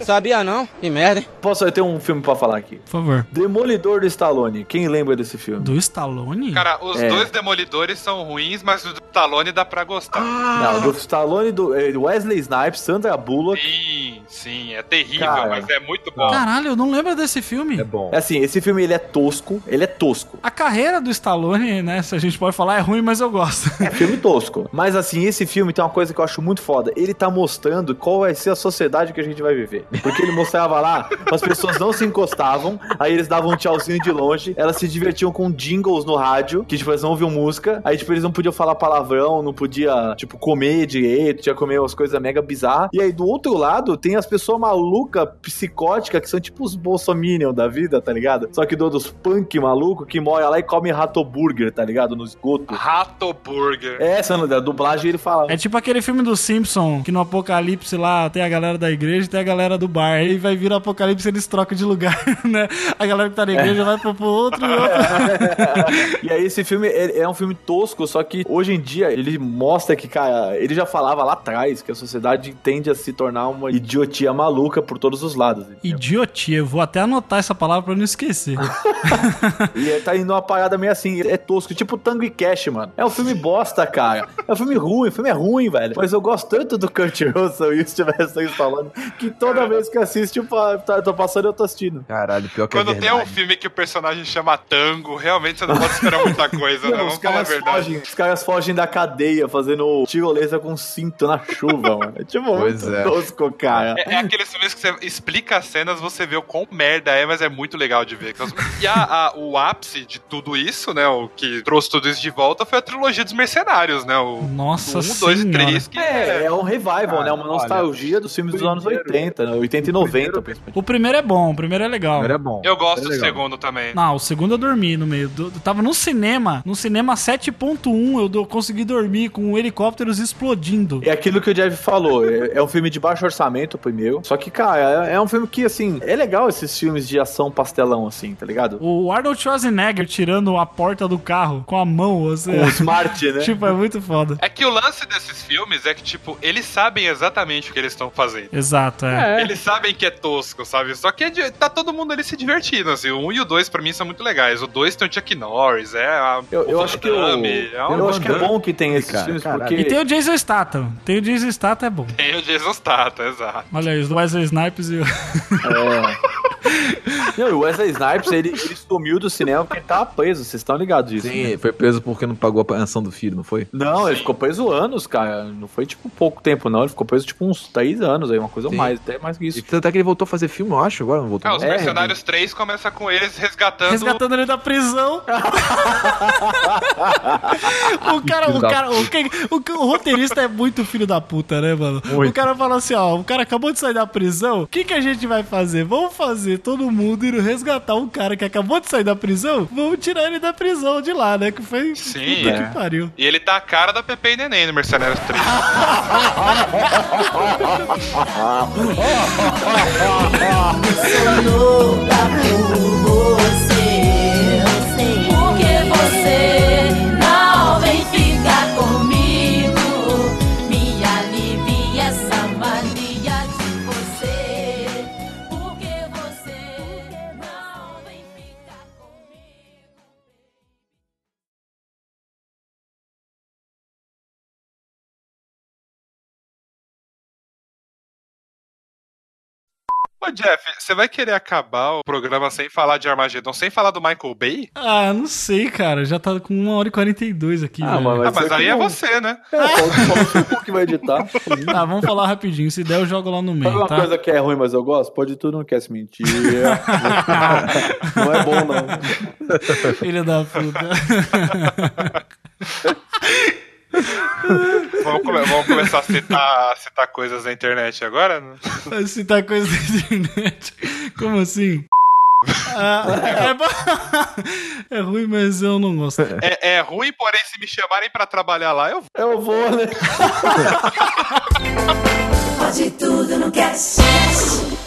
Sabia não? Que merda, hein?
Posso, eu tenho um filme pra falar aqui.
Por favor.
Demolidor do Stallone. Quem lembra desse filme?
Do Stallone?
Cara, os
É.
dois demolidores são ruins, mas o do Talone dá pra gostar.
Não, do Stallone, do eh, Wesley Snipes, Sandra Bullock.
Sim, sim, é terrível,
Cara.
mas é muito bom.
Caralho, eu não lembro desse filme.
bom.
Assim, esse filme ele é tosco, ele é tosco.
A carreira do Stallone, né? Se a gente pode falar, é ruim, mas eu gosto.
É filme tosco. Mas assim, esse filme tem uma coisa que eu acho muito foda. Ele tá mostrando qual vai ser a sociedade que a gente vai viver. Porque ele mostrava lá, as pessoas não se encostavam, aí eles davam um tchauzinho de longe, elas se divertiam com jingles no rádio, que tipo, eles não ouviam música, aí tipo, eles não podiam falar palavrão, não podia, tipo, comer direito, tinha que comer umas coisas mega bizarras. E aí do outro lado tem as pessoas malucas, psicóticas, que são tipo os bolsominion da vida, tá ligado? Só que do dos punk maluco que mora lá e come rato burger, tá ligado? No esgoto.
Rato Burger.
É, essa não- da dublagem ele fala.
É tipo aquele filme do Simpson, que no apocalipse lá tem a galera da igreja e tem a galera do bar. Aí vai vir o apocalipse e eles trocam de lugar, <laughs> né? A galera que tá na igreja vai pro, pro outro e outro.
E aí esse filme é, é um filme tosco, só que hoje em dia ele mostra que, cara, ele já falava lá atrás que a sociedade tende a se tornar uma idiotia maluca por todos os lados. entendeu?
<laughs> Idiotia, eu vou até anotar essa palavra pra não esquecer.
E é- tá indo uma parada meio assim, é tosco, tipo Tango e Cash, mano. É um filme bosta, cara. É um filme ruim, o filme é ruim, velho. Mas eu gosto tanto do Kurt Russell e o Sylvester Stallone falando que toda vez que eu assisto, tipo, ah, tá- tô passando eu tô assistindo.
Caralho, pior que é
Quando tem um
verdade.
filme que o personagem chama tango, realmente você não pode esperar muita coisa, não.
os,
né? Vamos falar a
caras
verdade.
fogem, os caras fogem da cadeia fazendo tirolesa com cinto na chuva, mano. É tipo
Pois
muito
é.
tosco, cara.
É, é aqueles filmes que você explica as cenas, você vê o quão merda é, mas é muito legal de ver. assim, E a- a- o ápice de tudo isso, né? O que trouxe tudo isso de volta foi a trilogia dos mercenários, né? O
Nossa
1, 2 e
senhora.
3. Que
É,
é,
é um revival,
Cara,
né? Uma nostalgia dos filmes dos anos 80, né? 80 e 90, principalmente.
O primeiro é bom, o primeiro é legal.
Primeiro é bom.
eu gosto
É
do
legal.
segundo também.
Não, o segundo eu dormi no meio. do- tava no cinema, no cinema 7.1, eu do- consegui dormir com helicópteros explodindo.
É aquilo que o Jeff falou, é, é um filme de baixo orçamento, o primeiro. Só que, cara, é, é um filme que, assim, é legal esses filmes de ação pastelão, assim, tá ligado?
O Arnold Schwarzenegger tirando a porta do carro com a mão, assim.
O Smart,
<laughs>
né?
Tipo, é muito foda.
É que o lance desses filmes é que, tipo, eles sabem exatamente o que eles estão fazendo.
Exato, é.
Eles sabem que é tosco, sabe? Só que é de- tá todo mundo ali se divertindo, assim. O 1 e o 2 pra mim são muito legais. O 2 tem o Chuck Norris, é a...
eu, eu
o
acho
Van
que eu,
Damme, é um-
eu acho que é bom que tem esses
Cara,
filmes,
caralho.
porque...
E tem o Jason Statham. Tem o Jason Statham, é bom.
Tem o Jason Statham, exato.
Olha aí, os Wesley Snipes e o...
É. Não, e o Wesley Snipes, ele, ele sumiu do cinema porque ele tava preso, vocês estão ligados disso. né?
Sim, foi preso porque não pagou a pensão do filho, não foi?
Não, ele ficou preso anos, cara. Não foi, tipo, pouco tempo, não. Ele ficou preso, tipo, uns três anos aí, uma coisa ou
Sim.
mais, até mais que isso.
E tanto é que ele voltou a fazer filme, eu acho, agora não voltou.
Ah, os
não.
É,
Mercenários 3 começa com eles resgatando.
<laughs> resgatando ele da prisão. o cara, o
Filho da
cara, o, que- o que- o roteirista é muito filho da puta, né, mano? O cara fala assim, ó, o cara acabou de sair da prisão, o que que a gente vai fazer? Vamos fazer todo mundo ir resgatar um cara que acabou de sair da prisão? Vamos tirar ele da prisão de lá, né? Que foi
Sim,
puta
é.
que pariu.
E ele tá a cara da Pepe e Neném no Mercenários 3.
Porque você não vem ficar comigo. Me alivia essa mania de você. Porque você não vem ficar comigo.
Ô, Jeff, você vai querer acabar o programa sem falar de Armageddon, sem falar do Michael Bay?
Ah, não sei, cara, já tá com 1 hora e 42 aqui,
Ah,
velho.
mas vai
ah, mas
ser
aí
que
é
não.
você, né?
<laughs> É, pode, pode, que vai <laughs> editar. Sabe
Tá, vamos falar rapidinho, se der eu jogo lá no meio,
uma
tá?
coisa que é ruim, mas eu gosto? Pode tudo, não quer se <laughs> mentir. não é bom, não.
Filho da puta.
<laughs>
Vamos, come- vamos começar a citar, <laughs> a citar coisas na internet agora? né?
Vai citar coisa da tá internet. Como
<laughs>
assim? Ah, é, ba- é ruim, mas eu não gosto.
É, é ruim, porém, se me chamarem pra trabalhar lá, eu vou.
Eu vou, né?
Pode tudo no Cast. Cast.